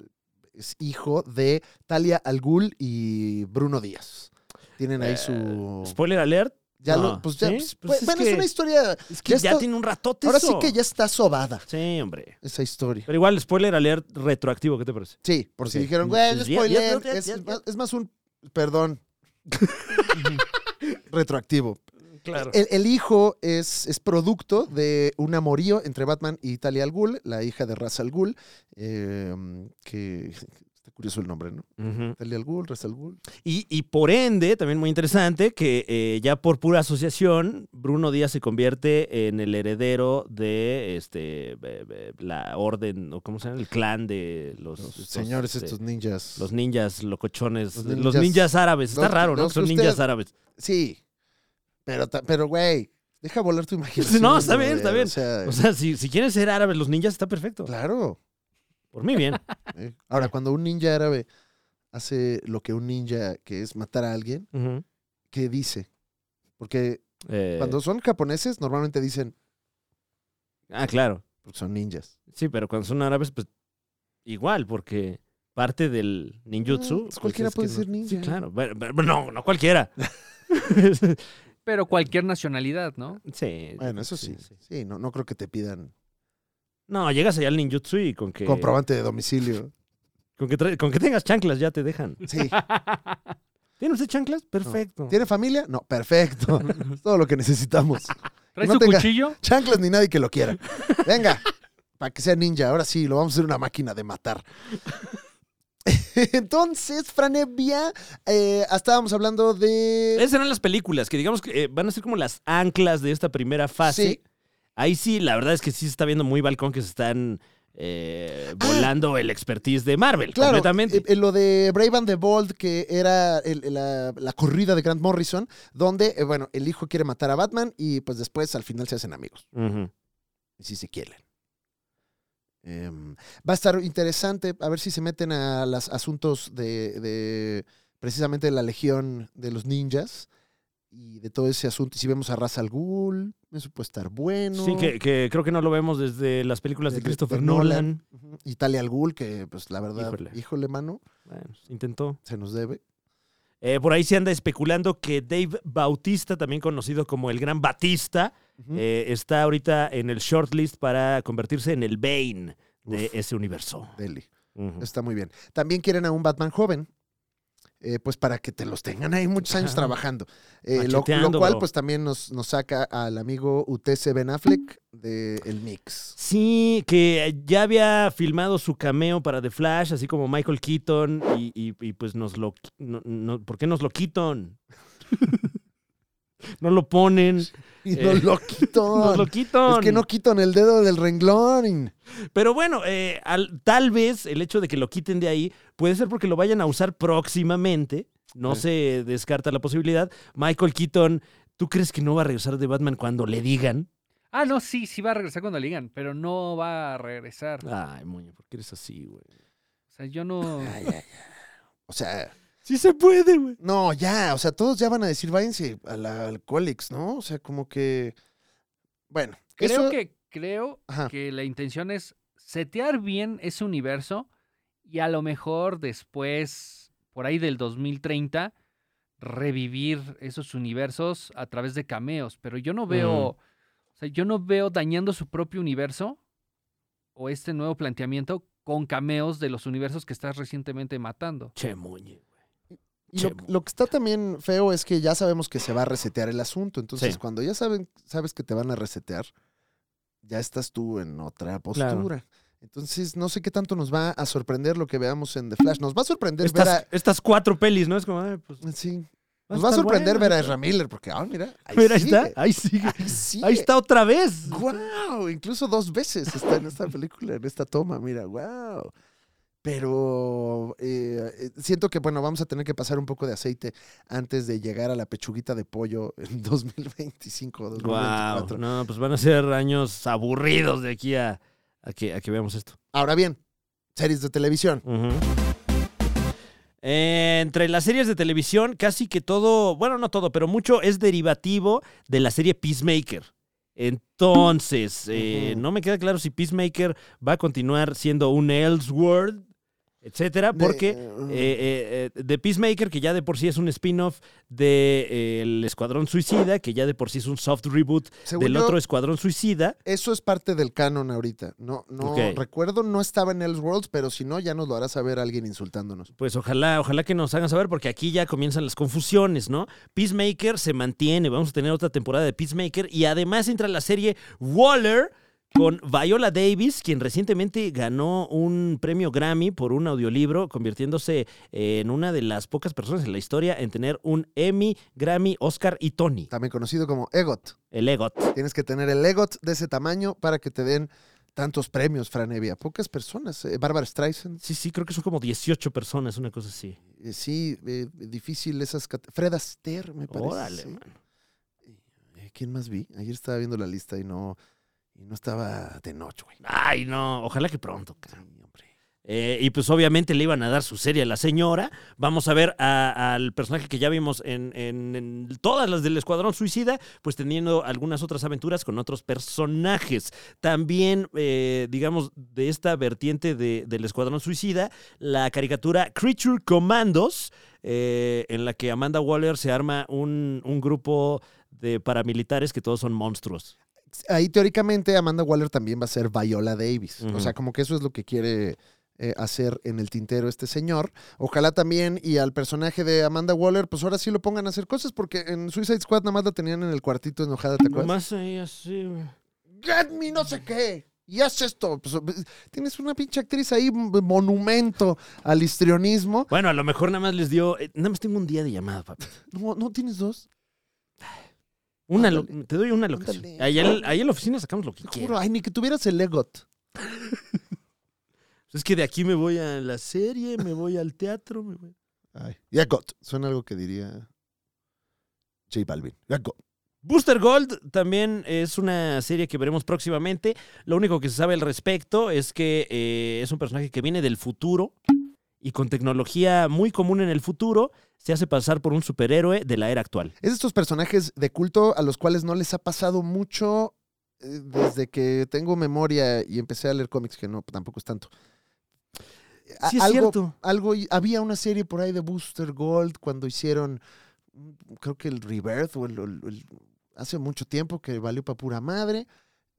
es hijo de Talia Al Ghul y Bruno Díaz. Tienen ahí su... Spoiler alert, Eh, ya pues, no, lo- pues ya, ¿sí? pues, Pues es bueno, es, que- una historia... es que Ya ya, está- tiene un ratote Ahora sí eso. que ya está sobada Sí, hombre. esa historia. Pero igual, spoiler alert retroactivo, ¿qué te parece? Sí, por si Ok. dijeron, güey, el Pues ya, spoiler. ya, ya, es, ya, ya. es más un. Perdón. Retroactivo. Claro. El, el hijo es, es producto de un amorío entre Batman y Talia al Ghul, la hija de Ra's al Ghul, eh, que está curioso el nombre, ¿no? Talia al Ghul, Ra's al Ghul. Y, y por ende, también muy interesante, que eh, ya por pura asociación, Bruno Díaz se convierte en el heredero de este be- be- la orden, o cómo se llama, el clan de los, Los estos, señores, este, estos ninjas. Los ninjas locochones, Los los ninjas- ninjas, árabes. Está los- raro, ¿no? los Que son que ninjas usted- árabes. Sí. Pero, ta- pero, güey, deja volar tu imaginación. No, está bien, brother. está bien. O sea, O sea, si, si quieren ser árabes los ninjas, está perfecto. claro. Por mí bien. ¿eh? Ahora, cuando un ninja árabe hace lo que un ninja, que es matar a alguien, Ujú. ¿qué dice? Porque Eh, cuando son japoneses, normalmente dicen, Ah, claro. porque son ninjas. Sí, pero cuando son árabes, pues igual, porque parte del Ah, ninjutsu. pues pues, cualquiera es que puede no- ser ninja. Sí, claro. Bueno, pero- pero no, no cualquiera. Pero cualquier nacionalidad, ¿no? sí. Bueno, eso sí. Sí, no, no creo que te pidan No, llegas allá al ninjutsu y con que. comprobante de domicilio. Con que, tra- con que tengas chanclas ya te dejan. Sí. ¿Tiene usted chanclas? Perfecto. ¿Tiene familia? No, perfecto. Es todo lo que necesitamos. ¿Traes no su tenga- cuchillo? Chanclas ni nadie que lo quiera. Venga, para que sea ninja. Ahora sí, lo vamos a hacer una máquina de matar. Entonces, Franevia, eh, estábamos hablando de... Esas eran las películas que digamos que eh, van a ser como las anclas de esta primera fase. Sí. Ahí sí, la verdad es que sí se está viendo muy balcón que se están eh, volando el expertise de Marvel Ah. Claro, completamente. eh, eh, lo de Brave and the Bold, que era el- la, la corrida de Grant Morrison, donde, eh, bueno, el hijo quiere matar a Batman y pues después al final se hacen amigos. Ujú. y si se quieren. Em, va a estar interesante a ver si se meten a los asuntos de, de precisamente la legión de los ninjas y de todo ese asunto. Y si vemos a Ra's al Ghul, eso puede estar bueno. Sí, que, que creo que no lo vemos desde las películas de Desde- Christopher de Nolan. Nolan. Ujú. Y Talia al Ghul, que pues la verdad, Híjole. híjole, mano, Bueno, intentó. se nos debe. Eh, por ahí se anda especulando que Dave Bautista, también conocido como el Gran Batista, Ujú. eh, está ahorita en el shortlist para convertirse en el Bane de Uf. ese universo. Deli. Ujú. Está muy bien. También quieren a un Batman joven. eh, pues para que te los tengan ahí muchos años Claro. trabajando. Eh, lo, lo Macheteando, cual, bro. pues también nos, nos saca al amigo UTC Ben Affleck de El Mix. Sí, que ya había filmado su cameo para The Flash, así como Michael Keaton, y, y- y, pues nos lo... qui- no- no- ¿Por qué nos lo quitan? no lo ponen, Y Eh, nos lo nos quitan. lo quitan. es que no quitan el dedo del renglón. Pero bueno, eh, al- tal vez el hecho de que lo quiten de ahí puede ser porque lo vayan a usar próximamente. No se descarta la posibilidad. Michael Keaton, ¿tú crees que no va a regresar de Batman cuando le digan? Ah, no, sí, sí va a regresar cuando le digan, pero no va a regresar. O Ay, Muño, ¿por qué eres así, güey? sea, yo no. O sea, Sí se puede, güey. no, ya. O sea, todos ya van a decir, váyanse a la Alcoholics, ¿no? O sea, como que. Bueno. Creo eso- que creo Ah. Ajá. que la intención es setear bien ese universo y a lo mejor después, por ahí del 2030, revivir esos universos a través de cameos. Pero yo no veo, Ujú. o sea, yo no veo dañando su propio universo o este nuevo planteamiento con cameos de los universos que estás recientemente matando. Che, Muñe. Y lo, Chemo. lo que está también feo es que ya sabemos que se va a resetear el asunto. Entonces, Sí. cuando ya saben, sabes que te van a resetear, ya estás tú en otra postura. Entonces, no sé qué tanto nos va a sorprender lo que veamos en The Flash. Nos va a sorprender Estas, ver estas cuatro pelis, ¿no? Es como, ay, pues. a. Sí. va Nos va a estar sorprender bueno. ver a Ezra Miller, porque, ah, mira. Ahí, Mira, ahí sigue, está. Ahí sigue. Ahí, sigue. Ahí está otra vez. ¡Wow! Incluso dos veces está en esta película, en esta toma, mira, wow. Pero eh, eh, siento que, bueno, vamos a tener que pasar un poco de aceite antes de llegar a la pechuguita de pollo en 2025 o Wow. 2024. No, pues van a ser años aburridos de aquí a, a que, a que veamos esto. Ahora bien, series de televisión. Ujú. Eh, Entre las series de televisión, casi que todo, bueno, no todo, pero mucho es derivativo de la serie Peacemaker. Entonces, eh, Ujú. no me queda claro si Peacemaker va a continuar siendo un Elseworld, etcétera, Ah, porque De- eh, eh, eh, de Peacemaker, que ya de por sí es un spin-off de eh, El Escuadrón Suicida, que ya de por sí es un soft reboot según del yo, otro Escuadrón Suicida. Eso es parte del canon ahorita. No, no Ok. recuerdo, no estaba en Elseworlds, pero si no, ya nos lo hará saber alguien insultándonos. Pues ojalá, ojalá que nos hagan saber, porque aquí ya comienzan las confusiones, ¿no? Peacemaker se mantiene, vamos a tener otra temporada de Peacemaker y además entra la serie Waller con Viola Davis, quien recientemente ganó un premio Grammy por un audiolibro, convirtiéndose eh, en una de las pocas personas en la historia en tener un Emmy, Grammy, Oscar y Tony, También conocido como EGOT. el EGOT. Tienes que tener el EGOT de ese tamaño para que te den tantos premios, Franevia. Pocas personas. eh, Barbara Streisand, Sí, sí, creo que son como 18 personas, una cosa así. eh, sí, eh, difícil esas. cate- Fred Astaire, me parece. Órale, sí. mano. Eh, ¿Quién más vi? Ayer estaba viendo la lista y no, y no estaba de noche, güey. Ay, no, ojalá que pronto. cara. Sí, hombre. Eh, y pues obviamente le iban a dar su serie a la señora. Vamos a ver a- al personaje que ya vimos en, en- en todas las del Escuadrón Suicida, pues teniendo algunas otras aventuras con otros personajes. También, eh, digamos, de esta vertiente de- del Escuadrón Suicida, la caricatura Creature Commandos, eh, en la que Amanda Waller se arma un, un grupo de paramilitares que todos son monstruos. Ahí teóricamente Amanda Waller también va a ser Viola Davis. Ujú. O sea, como que eso es lo que quiere eh, hacer en el tintero este señor. Ojalá también y al personaje de Amanda Waller, pues ahora sí lo pongan a hacer cosas, porque en Suicide Squad nada más la tenían en el cuartito enojada, ¿te acuerdas? Nomás ahí así, güey. get me no sé qué. Y haz esto. Pues, tienes una pinche actriz ahí, m- monumento al histrionismo. Bueno, a lo mejor nada más les dio. eh, nada más tengo un día de llamada, papá. No, no tienes dos. Una Ándale. lo- te doy una locación. Ándale. Allá, en- ahí en la oficina sacamos lo que Te quieras. Juro, ay, ni que tuvieras el Legot. Es que de aquí me voy a la serie, me voy al teatro. me voy- Ay, ya got. Suena algo que diría J Balvin. Ya got. Booster Gold también es una serie que veremos próximamente. Lo único que se sabe al respecto es que eh, es un personaje que viene del futuro y con tecnología muy común en el futuro se hace pasar por un superhéroe de la era actual. Es de estos personajes de culto a los cuales no les ha pasado mucho eh, desde que tengo memoria y empecé a leer cómics, que no, tampoco es tanto. A- Sí, es algo, cierto. algo y- había una serie por ahí de Booster Gold cuando hicieron mm, creo que el Rebirth o el, el- el- hace mucho tiempo que valió para pura madre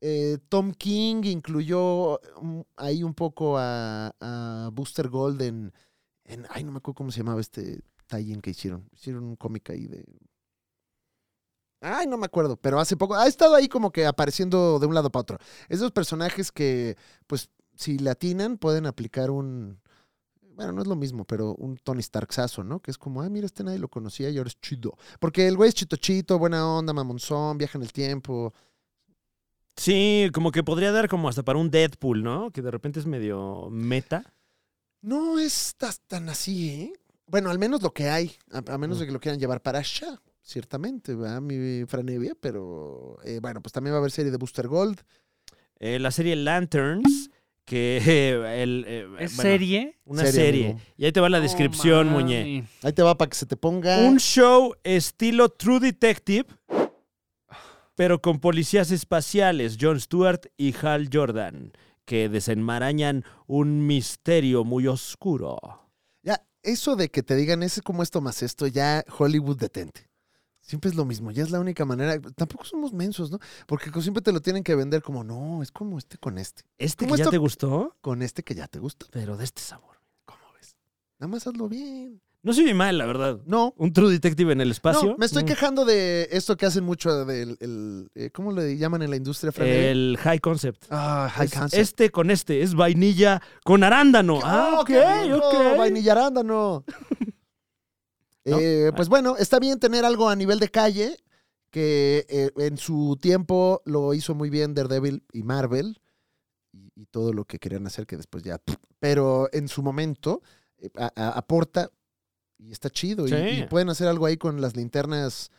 Eh, Tom King incluyó mm, ahí un poco a, a Booster Gold en, en- ay no me acuerdo cómo se llamaba este tie-in que hicieron hicieron un cómic ahí de ay no me acuerdo pero hace poco ha estado ahí como que apareciendo de un lado para otro esos personajes que pues si latinan pueden aplicar un bueno, no es lo mismo, pero un Tony Starksazo, ¿no? Que es como, ah, mira, este nadie lo conocía y ahora es chido. Porque el güey es chitochito, buena onda, mamonzón, viaja en el tiempo. Sí, como que podría dar como hasta para un Deadpool, ¿no? Que de repente es medio meta. No es tas- tan así, ¿eh? Bueno, al menos lo que hay, a, a menos de que lo quieran llevar para allá, ciertamente, ¿verdad? Mi franevia, pero eh, bueno, pues también va a haber serie de Booster Gold. Eh, la serie Lanterns, que eh, el, eh, ¿Es bueno, serie? Una Serie, serie. amigo. Y ahí te va la No descripción, mami. Muñe. Ahí te va para que se te ponga. Un show estilo True Detective, pero con policías espaciales, John Stewart y Hal Jordan, que desenmarañan un misterio muy oscuro. Ya, eso de que te digan, es como esto más esto, ya Hollywood detente. Siempre es lo mismo, ya es la única manera. Tampoco somos mensos, ¿no? Porque siempre te lo tienen que vender como, no, es como este con este. Este que ¿Cómo ya esto- te gustó, con este que ya te gusta. pero de este sabor. ¿Cómo ves? Nada más hazlo bien. No soy mal, la verdad. No. Un True Detective en el espacio. No, me estoy Mm. quejando de esto que hacen mucho del el, eh, ¿cómo le llaman en la industria Fran? El High Concept. ah, high Es concept. Este con este, es vainilla con arándano. ah, ¡Oh, ok, qué rico! ok. Vainilla arándano. Eh, pues bueno, está bien tener algo a nivel de calle que eh, en su tiempo lo hizo muy bien Daredevil y Marvel y, y todo lo que querían hacer que después ya... pff, Pero en su momento eh, a- a- aporta y está chido. y- Sí. Y, pueden hacer algo ahí con las linternas,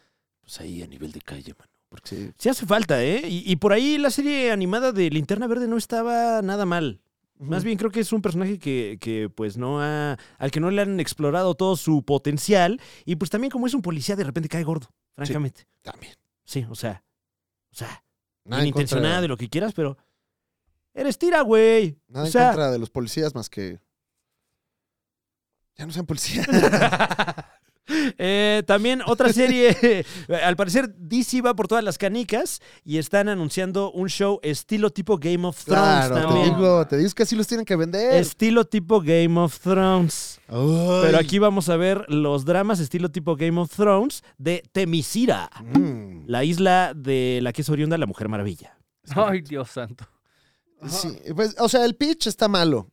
pues ahí a nivel de calle, mano. Porque sí, Sí hace falta, ¿eh? Y, y por ahí la serie animada de Linterna Verde no estaba nada mal. Más Ujú. bien creo que es un personaje que, que, pues no ha, al que no le han explorado todo su potencial y pues también como es un policía de repente cae gordo, francamente. también. Sí, o sea, o sea, Nada en contra- intencionado y lo que quieras, pero eres tira, güey. Nada O en sea, contra de los policías más que. Ya no sean policías. Eh, también otra serie, eh, al parecer DC va por todas las canicas y están anunciando un show estilo tipo Game of Thrones claro, te también. digo, te digo que así los tienen que vender. Estilo tipo Game of Thrones. Ay. Pero aquí vamos a ver los dramas estilo tipo Game of Thrones de Temisira, Mm, la isla de la que es oriunda la Mujer Maravilla. Ay, Dios santo. sí, pues, o sea, el pitch está malo.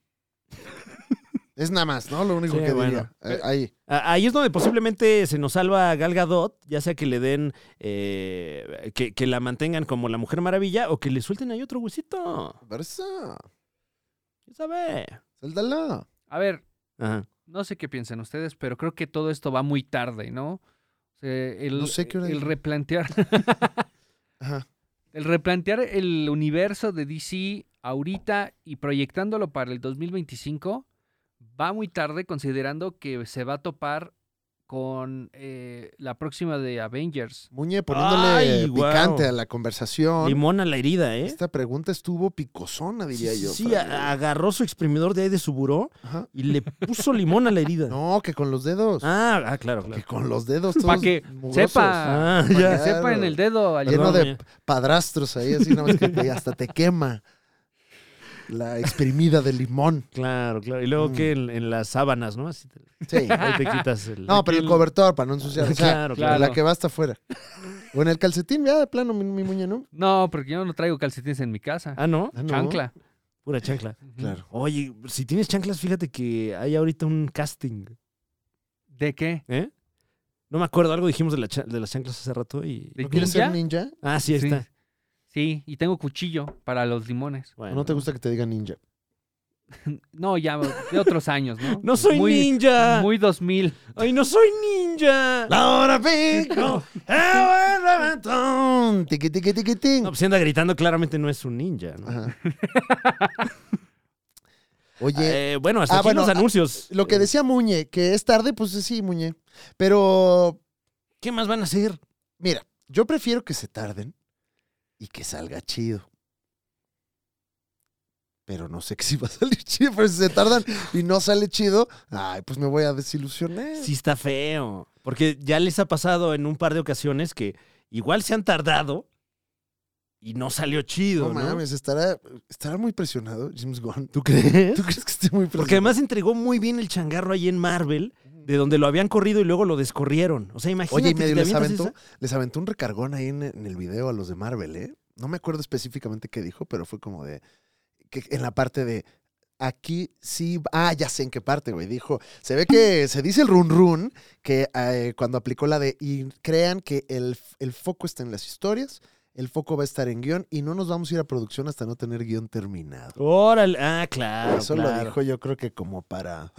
es nada más, ¿no? Lo único Sí, que bueno. diría. Eh, Ahí. A- Ahí es donde posiblemente se nos salva Gal Gadot, ya sea que le den, eh, que, que la mantengan como la Mujer Maravilla o que le suelten ahí otro huesito. Versa. ¿Quién sabe? Suéltala. A ver, Ajá. no sé qué piensen ustedes, pero creo que todo esto va muy tarde, ¿no? O sea, el, No sé qué hora el es. replantear, Ajá. el replantear el universo de DC ahorita y proyectándolo para el 2025 va muy tarde considerando que se va a topar con eh, la próxima de Avengers. Muñe poniéndole Ay, guau. picante a la conversación. Limón a la herida, ¿eh? Esta pregunta estuvo picosona, diría sí, yo. sí, ah, Fran. a- agarró su exprimidor de ahí de su buró Ajá. y le puso limón a la herida. No, que con los dedos. Ah, ah, claro, Que claro. con los dedos. Para todos que mugrosos. sepa, Ah, pa' ya. que sepa en el dedo. al- Lleno Perdón, de Muñe. padrastros ahí, así nada más que te- hasta te quema la exprimida de limón. Claro, claro. Y luego Mm. que en, en las sábanas, ¿no? Así te, Sí. ahí te quitas el. No, pero el cobertor para no ensuciar. O sea, Claro, con claro. la que va hasta afuera. O en el calcetín, ya de plano, mi, mi muñe, ¿no? No, porque yo no traigo calcetines en mi casa. Ah, ¿no? Ah, no. Chancla. Pura chancla. Ujú. Claro. Oye, si tienes chanclas, fíjate que hay ahorita un casting. ¿De qué? ¿eh? No me acuerdo, algo dijimos de, la cha- de las chanclas hace rato y... ¿De ¿No quieres ninja? ser ninja? Ah, sí, ahí Sí. está. Sí, y tengo cuchillo para los limones. ¿O Bueno. no te gusta que te digan ninja? No, ya de otros años, ¿no? ¡No soy muy, ninja! Muy 2000. ¡Ay, no soy ninja! La hora pico. Eh, Tiqui, tiqui, tiqui, tin. No, pues si anda gritando, claramente no es un ninja, ¿no? Ajá. Oye, Eh, bueno, hasta Ah, aquí bueno, los ah, anuncios. lo que Eh, decía Muñe, que es tarde, pues sí, Muñe. Pero, ¿Qué más van a hacer? mira, yo prefiero que se tarden y que salga chido. Pero no sé que si va a salir chido, pero si se tardan y no sale chido, ay, pues me voy a desilusionar. Sí está feo. Porque ya les ha pasado en un par de ocasiones que igual se han tardado y no salió chido, no ¿no? mames, estará, estará muy presionado James Gunn. ¿Tú crees? ¿Tú crees que esté muy presionado? Porque además entregó muy bien el changarro ahí en Marvel, de donde lo habían corrido y luego lo descorrieron. O sea, imagínate. Oye, y que medio te les avientas aventó, esa. les aventó un recargón ahí en, en el video a los de Marvel, ¿eh? No me acuerdo específicamente qué dijo, pero fue como de. Que en la parte de. Aquí sí. Ah, ya sé en qué parte, güey. Dijo. Se ve que se dice el run run que eh, cuando aplicó la de. Y crean que el, el foco está en las historias, el foco va a estar en guión y no nos vamos a ir a producción hasta no tener guión terminado. Órale. Ah, claro. Eso claro. lo dijo yo creo que como para.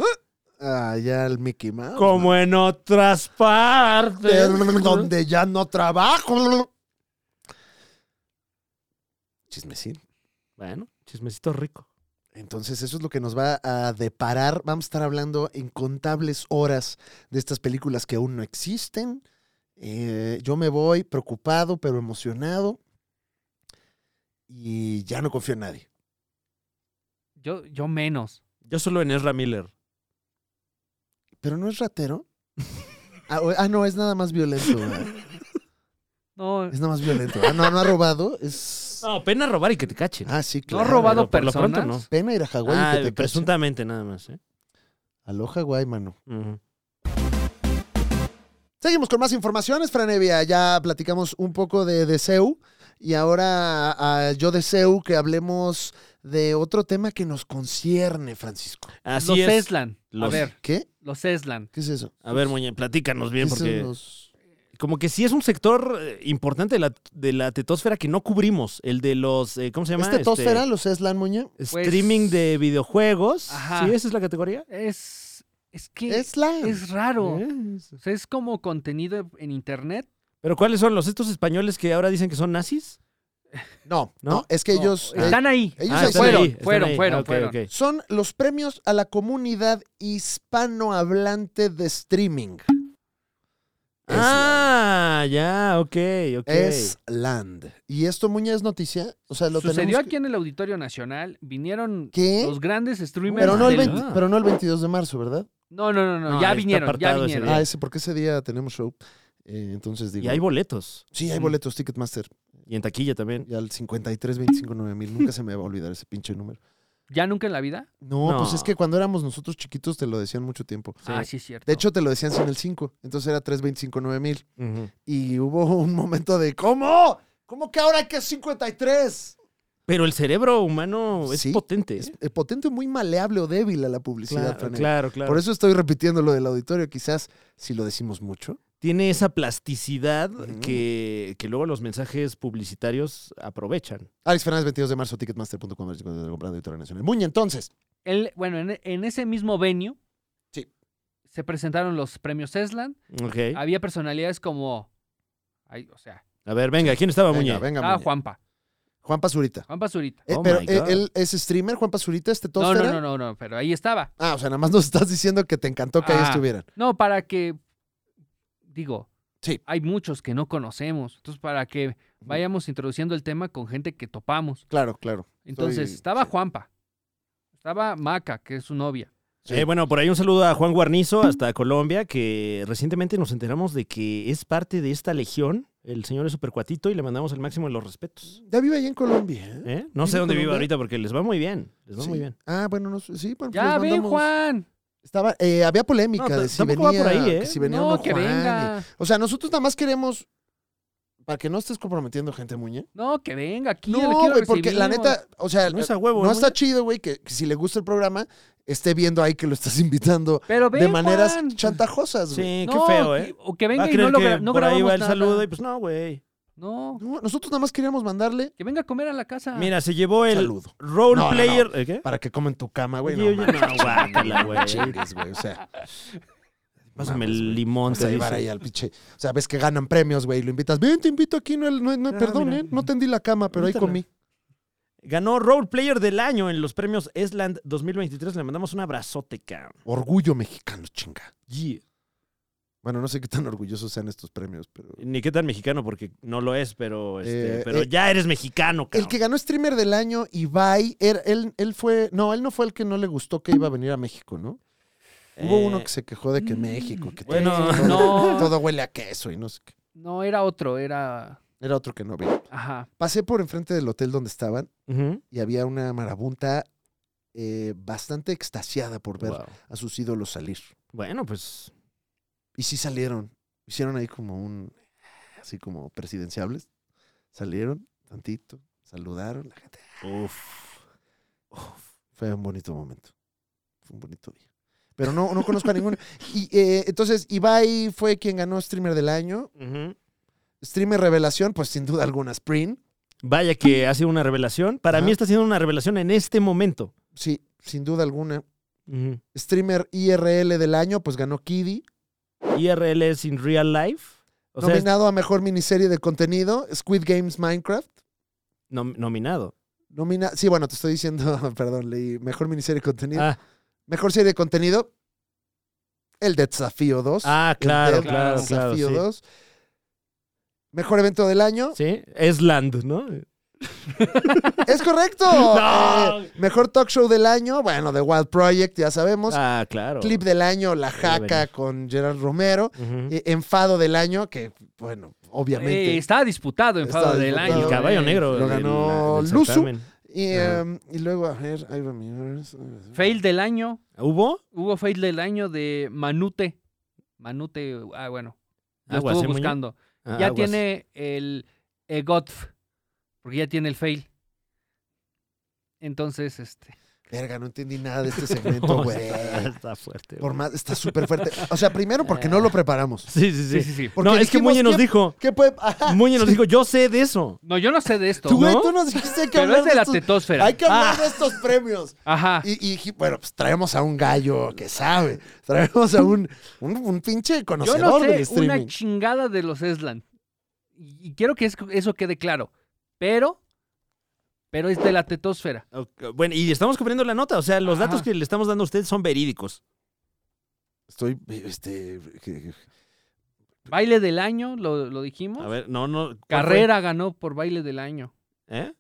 Ah, ya el Mickey Mouse. Como en otras de- partes. donde ya no trabajo. Chismecín. Bueno, chismecito rico. Entonces, eso es lo que nos va a deparar. Vamos a estar hablando incontables horas de estas películas que aún no existen. Eh, yo me voy preocupado, pero emocionado. Y ya no confío en nadie. Yo, yo menos. Yo solo en Ezra Miller. Pero no es ratero. Ah, o- ah, no, es nada más violento. ¿verdad? No, Es nada más violento. Ah, no, no ha robado. Es... No, pena robar y que te cachen. Ah, sí, no claro. ha robado pero por lo personas. pronto no. Pena ir a Hawái y Ah, que te cachen. presuntamente nada más. ¿eh? Aloha, guay, mano. Ujú. Seguimos con más informaciones, Franevia. Ya platicamos un poco de Deseu. Y ahora a yo Deseu que hablemos de otro tema que nos concierne, Francisco. Así los es. Eslan. Los- A ver, ¿Qué? los Eslan. ¿Qué es eso? A ver, Muñe, platícanos bien, ¿Qué son porque los- como que sí es un sector eh, importante de la, de la tetosfera que no cubrimos. El de los, eh, ¿cómo se llama? ¿Es tetosfera? ¿Este ¿Los Eslan Muñe? Este, Pues- Streaming de videojuegos. Ajá. Sí, esa es la categoría. Es, es que es, Eslan. raro. Yes. O sea, es como contenido en internet. Pero ¿cuáles son los estos españoles que ahora dicen que son nazis? No, ¿No? no, es que No, ellos. eh, están ahí. ellos Ah, se están fueron. ahí, están fueron, ahí. fueron, Ah, ok, fueron. ok. Son los premios a la comunidad hispanohablante de streaming. Ah, ya, ok, ok. Es Land. ¿Y esto, Muñe, es noticia? O sea, lo Sucedió tenemos aquí en el Auditorio Nacional. Vinieron que- ¿Qué? los grandes streamers. Pero no, el del- 20 pero no el 22 de marzo, ¿verdad? no, no, no, no, No, ya está vinieron, ya apartado ese vinieron. día. Ah, ese, porque ese día tenemos show. Eh, entonces digo. Y hay Mm. boletos. sí, hay boletos, Ticketmaster. Y en taquilla también. Y al 53 25 9000. Nunca se me va a olvidar ese pinche número. ¿Ya nunca en la vida? No, No. pues es que cuando éramos nosotros chiquitos te lo decían mucho tiempo. Ah, sí, es cierto. De hecho, te lo decían sin el 5. Entonces era 325 9000. Ujú. Y hubo un momento de ¿Cómo? ¿Cómo que ahora hay que 53? Pero el cerebro humano es Sí, potente. Es ¿eh? eh, potente, muy maleable o débil a la publicidad. claro, Fran. claro, claro. Por eso estoy repitiendo lo del auditorio. Quizás si lo decimos mucho. tiene esa plasticidad Ujú. que, que luego los mensajes publicitarios aprovechan. Alex Fernández, 22 de marzo, ticketmaster.com, comprando auditorio nacional. Muñe, entonces. El- bueno, en, en ese mismo venue Sí. se presentaron los premios Eslan. Ok. Había personalidades como. ay, o sea, A ver, venga, ¿quién estaba, Venga, Oh, Muñe? venga, estaba Muñe. Juanpa. Juan Pazurita. Juanpa Zurita. Eh, Oh pero my eh, God. él es streamer, Juan Pazurita, este No, tostera. no, no, no, no, pero ahí estaba. Ah, o sea, nada más nos estás diciendo que te encantó que ahí Ah. estuvieran. No, para que. Digo. Sí. Hay muchos que no conocemos. Entonces, para que vayamos introduciendo el tema con gente que topamos. Claro, claro. Entonces, Soy- estaba Juanpa. Estaba Maca, que es su novia. Sí. Eh, bueno, por ahí un saludo a Juan Guarnizo hasta Colombia, que recientemente nos enteramos de que es parte de esta legión. El señor es supercuatito y le mandamos el máximo de los respetos. Ya vive allá en Colombia. ¿eh? ¿eh? No ¿Vive sé en dónde vive Colombia? ahorita porque les va muy bien. Les va Sí. muy bien. Ah, bueno, no, sé, sí, bueno, pues ¡Ya les ven, mandamos- Juan! Estaba, eh, había polémica No, de si tampoco va venía, por ahí, ¿eh? que si venía no, uno que Juan y- venga. o sea, nosotros nada más queremos Para que no estés comprometiendo gente, Muñe. No, que venga aquí. le No, quiero güey, porque recibir, la güey. neta, o sea, No no, es a huevo, ¿no, está Muñe? chido, güey, que, que si le gusta el programa, esté viendo ahí que lo estás invitando Pero ven, de maneras Juan. chantajosas, güey. Sí, No, qué feo, ¿eh? que- O que Va venga a y no creer lo que gra- no por ahí grabamos va el nada. saludo y pues no, güey. No, No, nosotros nada más queríamos mandarle que venga a comer a la casa. Mira, se llevó el saludo role No, no, no. player. ¿eh, ¿Qué? para que comen tu cama, güey. Oye, no, oye, mames, no, guácala, güey. chingues, güey, O sea, Pásame mames, el güey. limón. vas Te a llevar dice. ahí al pinche. O sea, ves que ganan premios, güey, y lo invitas. Ven, te invito aquí, no, no, no, Ah, perdón, mira. eh, no tendí la cama, pero ahí Invítala. comí. Ganó Role Player del Año en los premios Esland 2023. Le mandamos un abrazote, cabrón. Orgullo mexicano, chinga. Bueno, no sé qué tan orgullosos sean estos premios, pero... Ni qué tan mexicano, porque no lo es, pero, este, Eh, pero eh, ya eres mexicano, El cabrón. que ganó streamer del año, Ibai, era- él, él fue. No, él no fue el que no le gustó que iba a venir a México, ¿no? Hubo Eh, uno que se quejó de que México, que Bueno, todo, no. todo huele a queso y no sé qué. No, era otro, era. Era otro que no vino. Ajá. Pasé por enfrente del hotel donde estaban ujú. y había una marabunta eh, bastante extasiada por ver Wow. a sus ídolos salir. Bueno, pues. Y sí salieron. Hicieron ahí como un. Así como presidenciables. Salieron tantito, saludaron. La gente. Uf. Fue un bonito momento. Fue un bonito día. Pero no, no conozco a ninguno. Y, eh, entonces, Ibai fue quien ganó streamer del año. Ujú. Streamer revelación, pues sin duda alguna, Sprint. Vaya que ha sido una revelación. Para Ajá. mí está siendo una revelación en este momento. Sí, sin duda alguna. Ujú. Streamer IRL del año, pues ganó Kiddy. IRL es in real life. O sea, es nominado a mejor miniserie de contenido, Squid Games Minecraft. nom- nominado. Nomina sí, bueno, te estoy diciendo, perdón, leí mejor miniserie de contenido. Ah, Mejor serie de contenido, El Desafío 2. ah, El claro, Dead claro, claro. Desafío sí. 2. Mejor evento del año, Sí, es land, ¿no? ¡Es correcto! No. Eh, mejor talk show del año, bueno, The Wild Project, ya sabemos. Ah, claro. Clip del año, La Jaca venir. con Gerard Romero. Ujú. Eh, Enfado del año, que, bueno, obviamente. Eh, estaba disputado en Estaba Fado del disputado. Año. El caballo eh. negro. Lo del- ganó del Luzu. certamen. y, Ajá. em, y luego, a ver, ahí va mi- eh, Fail del Año. ¿Hubo? Hubo fail del Año de Manute. Manute, ah, bueno. Lo Aguas, estuvo ¿eh, Muñe? buscando. Ah, ya aguas. tiene el EGOTF. Porque ya tiene el fail. Entonces, este. Verga, no entendí nada de este No, segmento, güey. está, está fuerte. güey. Por más, está súper fuerte. O sea, primero porque Ah. no lo preparamos. Sí, sí, sí. Sí, sí, sí. Porque no, es que dijimos, Ah, Muñe nos ¿qué- dijo. ¿Qué puede? Ajá. Muñe nos dijo, yo sé de eso. No, yo no sé de esto. Tú, güey, ¿no? tú nos dijiste que Pero hablar es de la estos- tetósfera. Hay que hablar Ah. de estos premios. Ajá. Y, y dij- bueno, pues traemos a un gallo que sabe. Traemos a un, un, un pinche Yo conocedor no del sé una streaming. chingada de los Eslan. Y y quiero que es- eso quede claro. Pero, pero es de la tetosfera. Ok, Bueno, y estamos cubriendo la nota. O sea, los datos Ajá. que le estamos dando a ustedes son verídicos. Estoy, este... que- que- Baile del año, lo, lo dijimos. A ver, no, no. ¿cuál fue? Carrera ganó por baile del año. ¿Eh?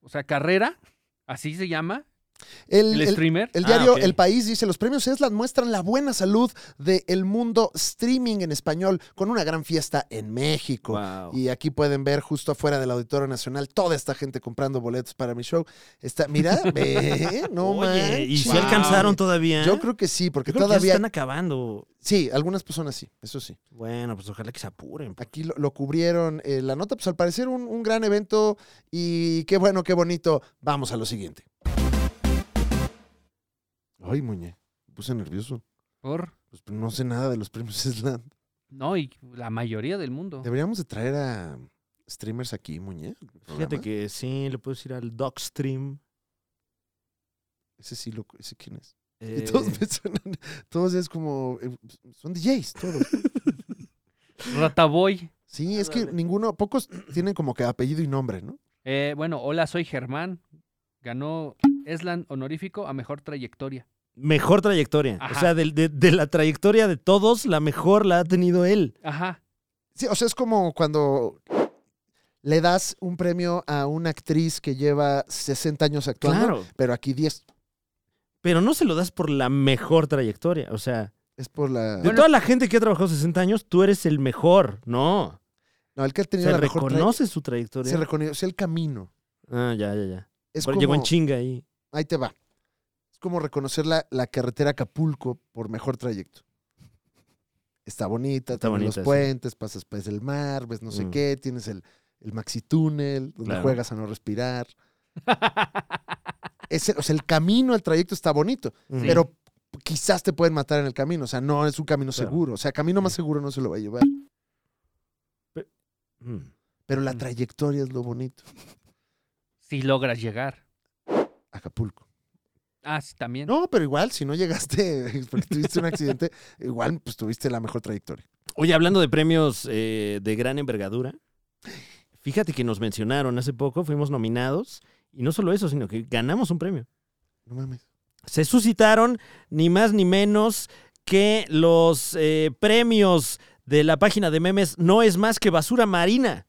O sea, carrera, así se llama, El, el, el- streamer. el Ah, diario ok. El País dice, los premios Eslan muestran la buena salud del mundo streaming en español con una gran fiesta en México. Wow. Y aquí pueden ver justo afuera del Auditorio Nacional toda esta gente comprando boletos para mi show. Está, mira, ve, no Oye, y si manches. alcanzaron todavía. ¿eh? Yo creo que sí, porque Yo creo que ya se todavía. están acabando. Sí, algunas personas sí, eso sí. Bueno, pues ojalá que se apuren. pues. Aquí lo, lo cubrieron eh, la nota, pues al parecer un, un gran evento y qué bueno, qué bonito. Vamos a lo siguiente. Ay, muñe, me puse nervioso. Por, Pues no sé nada de los premios Island. no, y la mayoría del mundo. Deberíamos de traer a streamers aquí, muñe. al Fíjate programa. que sí, le puedes ir al Dogstream. Ese sí, lo, ese quién es. Eh, Y todos me suenan- todos es como, eh, son DJs, todos. Rataboy. Sí, es que ninguno, pocos tienen como que apellido y nombre, ¿no? eh, bueno, hola, soy Germán. Ganó Eslan honorífico a mejor trayectoria. Mejor trayectoria. O Ajá. sea, del- de, de la trayectoria de todos, la mejor la ha tenido él. Ajá. Sí, o sea, es como cuando le das un premio a una actriz que lleva 60 años actuando, pero aquí 10 Pero no se lo das por la mejor trayectoria. O sea, es por la... de toda la gente que ha trabajado 60 años, tú eres el mejor. No. no, el que ha tenido Se la mejor... tra- reconoce su trayectoria. Se reconoce el camino. Ah, ya, ya, ya. Es Pero como, Llegó en chinga ahí. Ahí te va. Es como reconocer la, la carretera a Acapulco por mejor trayecto. está bonita, Está tiene bonita, sí. los puentes, pasas pues el mar, ves no sé Mm. qué, tienes el, el maxi túnel, donde Claro. juegas a no respirar. Es el- o sea, el camino, el trayecto está bonito, Ujú. pero quizás te pueden matar en el camino, o sea, no es un camino Claro. seguro, o sea, camino más seguro no se lo va a llevar, Mm. pero la Mm. trayectoria es lo bonito. Si logras llegar. Acapulco. Ah, sí, también. No, pero igual, si no llegaste porque tuviste un accidente, igual pues tuviste la mejor trayectoria. Oye, hablando de premios eh, de gran envergadura, fíjate que nos mencionaron hace poco, fuimos nominados, y no solo eso, sino que ganamos un premio. No mames. Se suscitaron ni más ni menos que los eh, premios de la página de memes No es más que basura marina.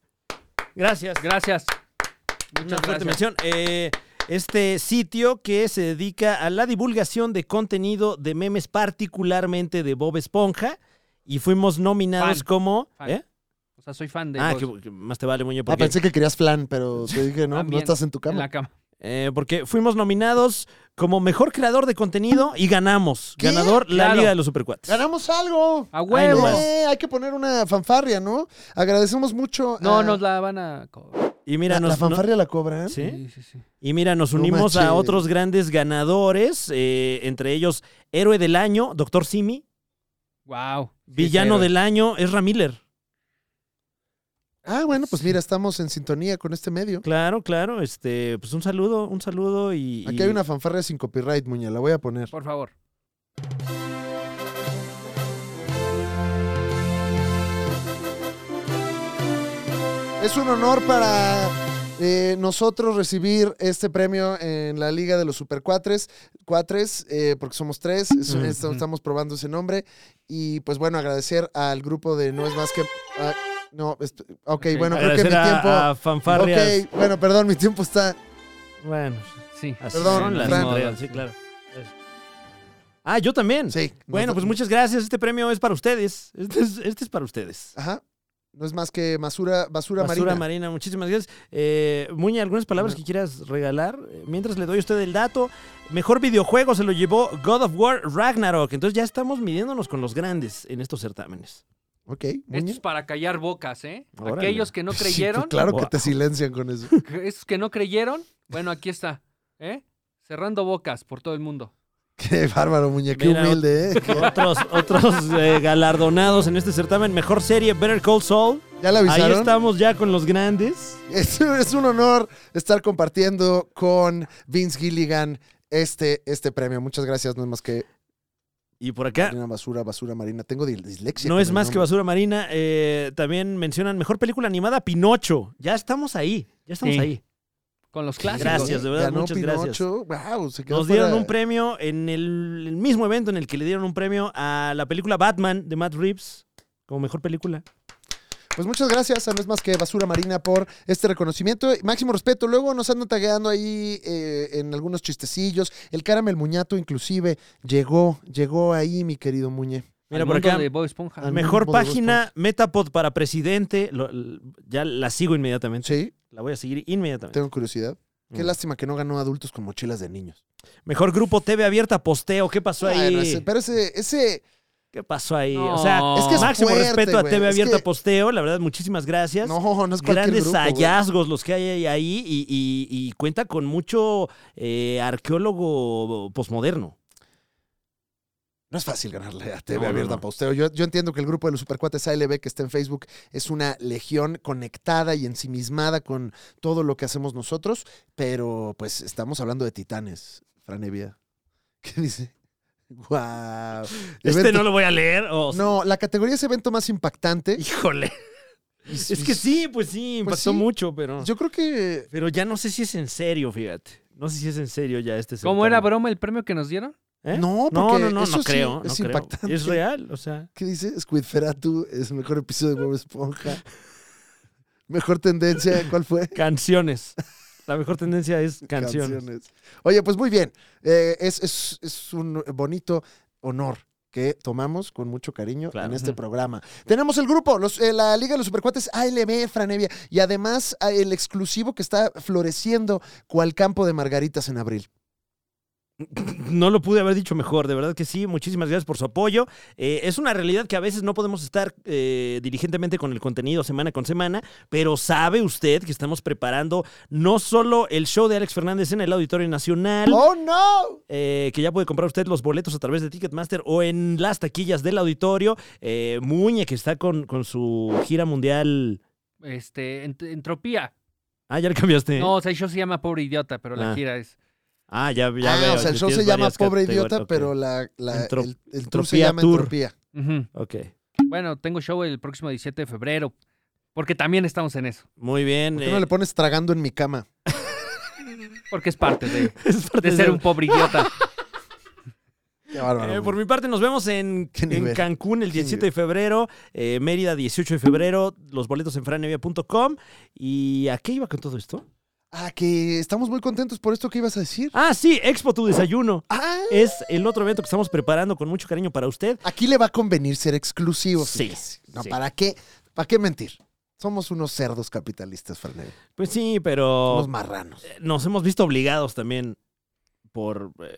Gracias. Gracias. Una Muchas gracias. fuerte mención. Eh, este sitio que se dedica a la divulgación de contenido de memes, particularmente de Bob Esponja, y fuimos nominados Fan. como. Fan. ¿eh? O sea, soy fan de Ah, vos. que, que más te vale, Muñoz, Ah, porque, pensé que querías flan, pero te dije, no, no También, estás en tu en cama. la cama. eh, porque fuimos nominados como mejor creador de contenido y ganamos. ¿Qué? Ganador, la Claro. Liga de los Supercuates. ¡Ganamos algo! ¡A huevo! Eh, hay que poner una fanfarria, ¿no? Agradecemos mucho. No, a- nos la van a. co- Y mira, la, nos, la fanfarria la cobran. no- ¿sí? Sí, sí, sí. Y mira, nos No unimos manches. a otros grandes ganadores, eh, entre ellos Héroe del Año, Doctor Simi, Wow. Villano del Año, Ezra Miller. Ah, bueno, pues mira, estamos en sintonía con este medio. Claro, claro, este, pues un saludo, un saludo y... Aquí y- hay una fanfarria sin copyright, Muña, la voy a poner. Por favor. Es un honor para eh, nosotros recibir este premio en la Liga de los Supercuatres, cuatres, eh, porque somos tres, es- Ujú. es- estamos probando ese nombre. Y pues bueno, agradecer al grupo de No es más que... ah, no, est- ok, Ok. bueno, creo que mi Agradecer tiempo... a, a Fanfarrias. Ok, bueno, perdón, mi tiempo está... Bueno, Sí. así Perdón, son las Fran. modas, sí, claro. Ah, yo también. Sí. Bueno, no- pues muchas gracias. Este premio es para ustedes. Este es, este es para ustedes. Ajá. No es más que basura, basura, Basura Ah, marina. Marina, muchísimas gracias. Eh, Muña, ¿algunas palabras que quieras regalar? Eh, Mientras le doy a usted el dato, mejor videojuego se lo llevó God of War Ragnarok. Entonces ya estamos midiéndonos con los grandes en estos certámenes. ok, Esto Muña. es para callar bocas, ¿eh? Órale. Aquellos que no Sí, pues creyeron, claro que Wow. te silencian con eso. que- esos que no creyeron, bueno, aquí está, ¿eh? Cerrando bocas por todo el mundo. Qué bárbaro, Muña, qué Mira, humilde, ¿eh? Otros, otros eh, galardonados en este certamen. Mejor serie, Better Call Saul. ¿Ya la Ahí avisaron? estamos ya con los grandes. Es, es un honor estar compartiendo con Vince Gilligan este, este premio. Muchas gracias, no es más que Y por acá, Marina Basura, Basura Marina. Tengo di- dislexia. No con es el más que nombre. basura marina. eh, también mencionan mejor película animada Pinocho. Ya estamos ahí. Ya estamos Sí. ahí. Con los clásicos. Gracias, de verdad, Ganó muchas Pinocho. Wow, se quedó Nos dieron fuera. un premio en el, el mismo evento en el que le dieron un premio a la película Batman de Matt Reeves como mejor película. Pues muchas gracias a No es más que Basura Marina por este reconocimiento. Máximo respeto. Luego nos andan tagueando ahí eh, en algunos chistecillos. El Caramel Muñato, inclusive, llegó, llegó ahí, mi querido Muñe. Mira Al por mundo acá. Ah, de Bob Esponja. Al- Mejor mundo de Bob página Metapod para presidente. Lo- l- ya la sigo inmediatamente. Sí, La voy a seguir inmediatamente. tengo curiosidad. Qué Mm. lástima que no ganó adultos con mochilas de niños. Mejor grupo TV abierta posteo. ¿Qué pasó Bueno, ahí? ese- pero ese, ese, ¿Qué pasó ahí? O No. sea, Es que es máximo fuerte, respeto a güey. TV Es abierta que- posteo. La verdad, muchísimas gracias. No, no es cualquier grandes grupo, güey. hallazgos los que hay ahí y, y- y cuenta con mucho eh, arqueólogo posmoderno. No es fácil ganarle a TV No, no, Abierta no. Posteo. Yo, yo entiendo que el grupo de los supercuates ALB que está en Facebook es una legión conectada y ensimismada con todo lo que hacemos nosotros, pero pues estamos hablando de titanes, Fran Evia. ¿Qué dice? ¡Guau! Este Evento- no lo voy a leer. o- No, la categoría es evento más impactante. Híjole. Es que sí, pues sí, Pues impactó sí. mucho, pero. Yo creo que Pero ya no sé si es en serio, fíjate. No sé si es en serio ya este ¿Cómo era certamen. broma el premio que nos dieron? ¿Eh? No, no, porque no, no, eso no sí creo. es no creo. impactante. Es real, o sea. ¿Qué dice? Squidferatu es el mejor episodio de Bob Esponja. Mejor tendencia, ¿cuál fue? Canciones. La mejor tendencia es canciones. Oye, pues muy bien. Eh, es, es- es un bonito honor que tomamos con mucho cariño Claro. en este Ujú. programa. Tenemos el grupo, los- eh, la Liga de los Supercuates ALB Franevia y además ah, el exclusivo que está floreciendo cual campo de margaritas en abril. No lo pude haber dicho mejor, de verdad que sí. Muchísimas gracias por su apoyo. Eh, es una realidad que a veces no podemos estar eh, diligentemente con el contenido semana con semana, pero sabe usted que estamos preparando no solo el show de Alex Fernández en el Auditorio Nacional, ¡Oh, no! eh, que ya puede comprar usted los boletos a través de Ticketmaster o en las taquillas del auditorio. Eh, Muñe, que está con, con su gira mundial. Este, ent- entropía. Ah, ya le cambiaste. No, o sea, el show se llama Pobre Idiota, pero la Ah. gira es. Ah, ya, ya ah, veo, o sea, el que show se tienes llama varias Pobre categorías, Idiota, ok. pero la, la- Entro- el, el tour se Entropía llama Tour. Entropía. Ujú. Ok. Bueno, tengo show el próximo 17 de febrero, porque también estamos en eso, Muy bien. ¿Por qué eh, no le pones tragando en mi cama? porque es parte de, es parte de ser un pobre idiota. Qué bárbaro. Eh, por mi parte, nos vemos en, Qué en nivel. Cancún el Qué 17 de febrero, eh, Mérida 18 de febrero, los boletos en franevia.com. ¿Y a qué iba con todo esto? Ah, que estamos muy contentos por esto que ibas a decir. Ah, sí, Expo Tu Desayuno. Ah, Es el otro evento que estamos preparando con mucho cariño para usted. aquí le va a convenir ser exclusivo. Sí, fíjese. No, sí. ¿para qué? ¿Para qué mentir? Somos unos cerdos capitalistas, Fernández. Pues sí, pero Unos marranos. eh, nos hemos visto obligados también por, eh,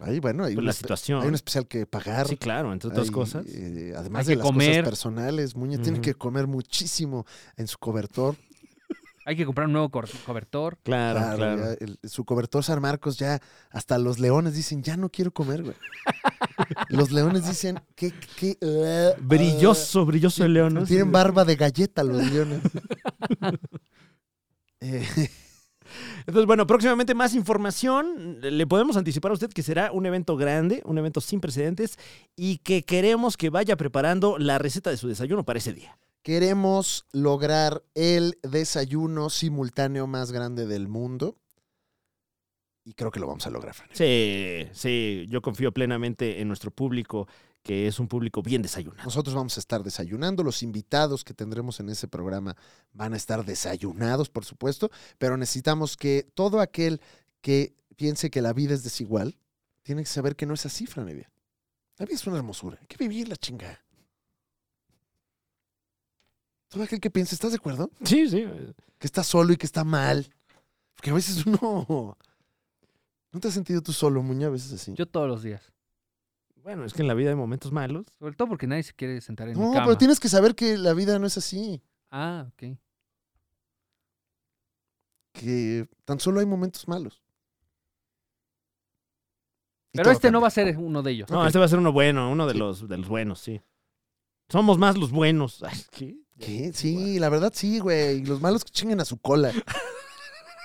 Ahí, bueno, hay por un, Pues la espe- hay un situación. especial que pagar. Sí, claro, entre otras Hay, cosas. eh, además Hay de que las comer. cosas personales, Muñe tiene Ujú. que comer muchísimo en su cobertor. Hay que comprar un nuevo cor- cobertor. Claro, claro. Claro, ya el- su cobertor San Marcos ya hasta los leones dicen, ya no quiero comer, güey. los leones dicen, qué, qué, eh, Brilloso, brilloso el león. eh, ¿no? tienen barba de galleta los leones. Eh, Entonces, bueno, próximamente más información. Le podemos anticipar a usted que será un evento grande, un evento sin precedentes y que queremos que vaya preparando la receta de su desayuno para ese día. queremos lograr el desayuno simultáneo más grande del mundo. Y creo que lo vamos a lograr, Fran. Sí, sí, yo confío plenamente en nuestro público, que es un público bien desayunado. Nosotros vamos a estar desayunando, los invitados que tendremos en ese programa van a estar desayunados, por supuesto, pero necesitamos que todo aquel que piense que la vida es desigual, tiene que saber que no es así, Franevia. La vida es una hermosura, hay que vivir la chingada. Todo aquel que piense, ¿estás de acuerdo? Sí, sí. Que está solo y que está mal. Porque a veces uno... ¿No te has sentido tú solo, Muña? A veces así. Yo todos los días. Bueno, es que en la vida hay momentos malos. Sobre todo porque nadie se quiere sentar en mi no, cama. pero tienes que saber que la vida no es así. Ah, ok. que tan solo hay momentos malos. Y Pero todo este no cambia. va a ser uno de ellos. No, Ok. este va a ser uno bueno, uno de, Sí. los, de los buenos, sí. Somos más los buenos. Ay, ¿qué? ¿Qué? Sí, la verdad sí, güey. Y Los malos que chinguen a su cola.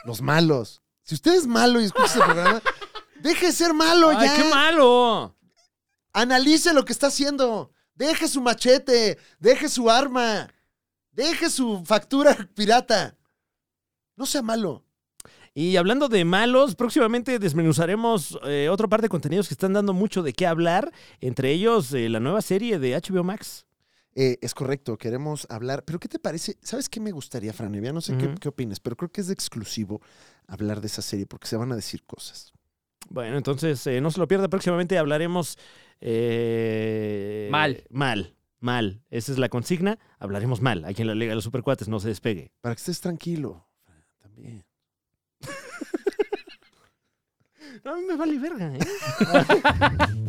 Los malos. Si usted es malo y escucha este programa, deje de ser malo ¡Ay, ya. qué malo! Analice lo que está haciendo. Deje su machete. Deje su arma. Deje su factura pirata. No sea malo. Y hablando de malos, próximamente desmenuzaremos eh, otro par de contenidos que están dando mucho de qué hablar, entre ellos eh, la nueva serie de HBO Max. Eh, es correcto, queremos hablar. Pero ¿qué te parece? ¿Sabes qué me gustaría, Franevia? No sé qué- Ujú. qué, opinas, pero creo que es de exclusivo hablar de esa serie porque se van a decir cosas. Bueno, entonces eh, no se lo pierda, próximamente hablaremos... eh, Mal. Mal, mal. Esa es la consigna, hablaremos mal. Aquí en la Liga de los Supercuates, no se despegue. Para que estés tranquilo. Fran, También. No, a mí me vale verga, ¿eh?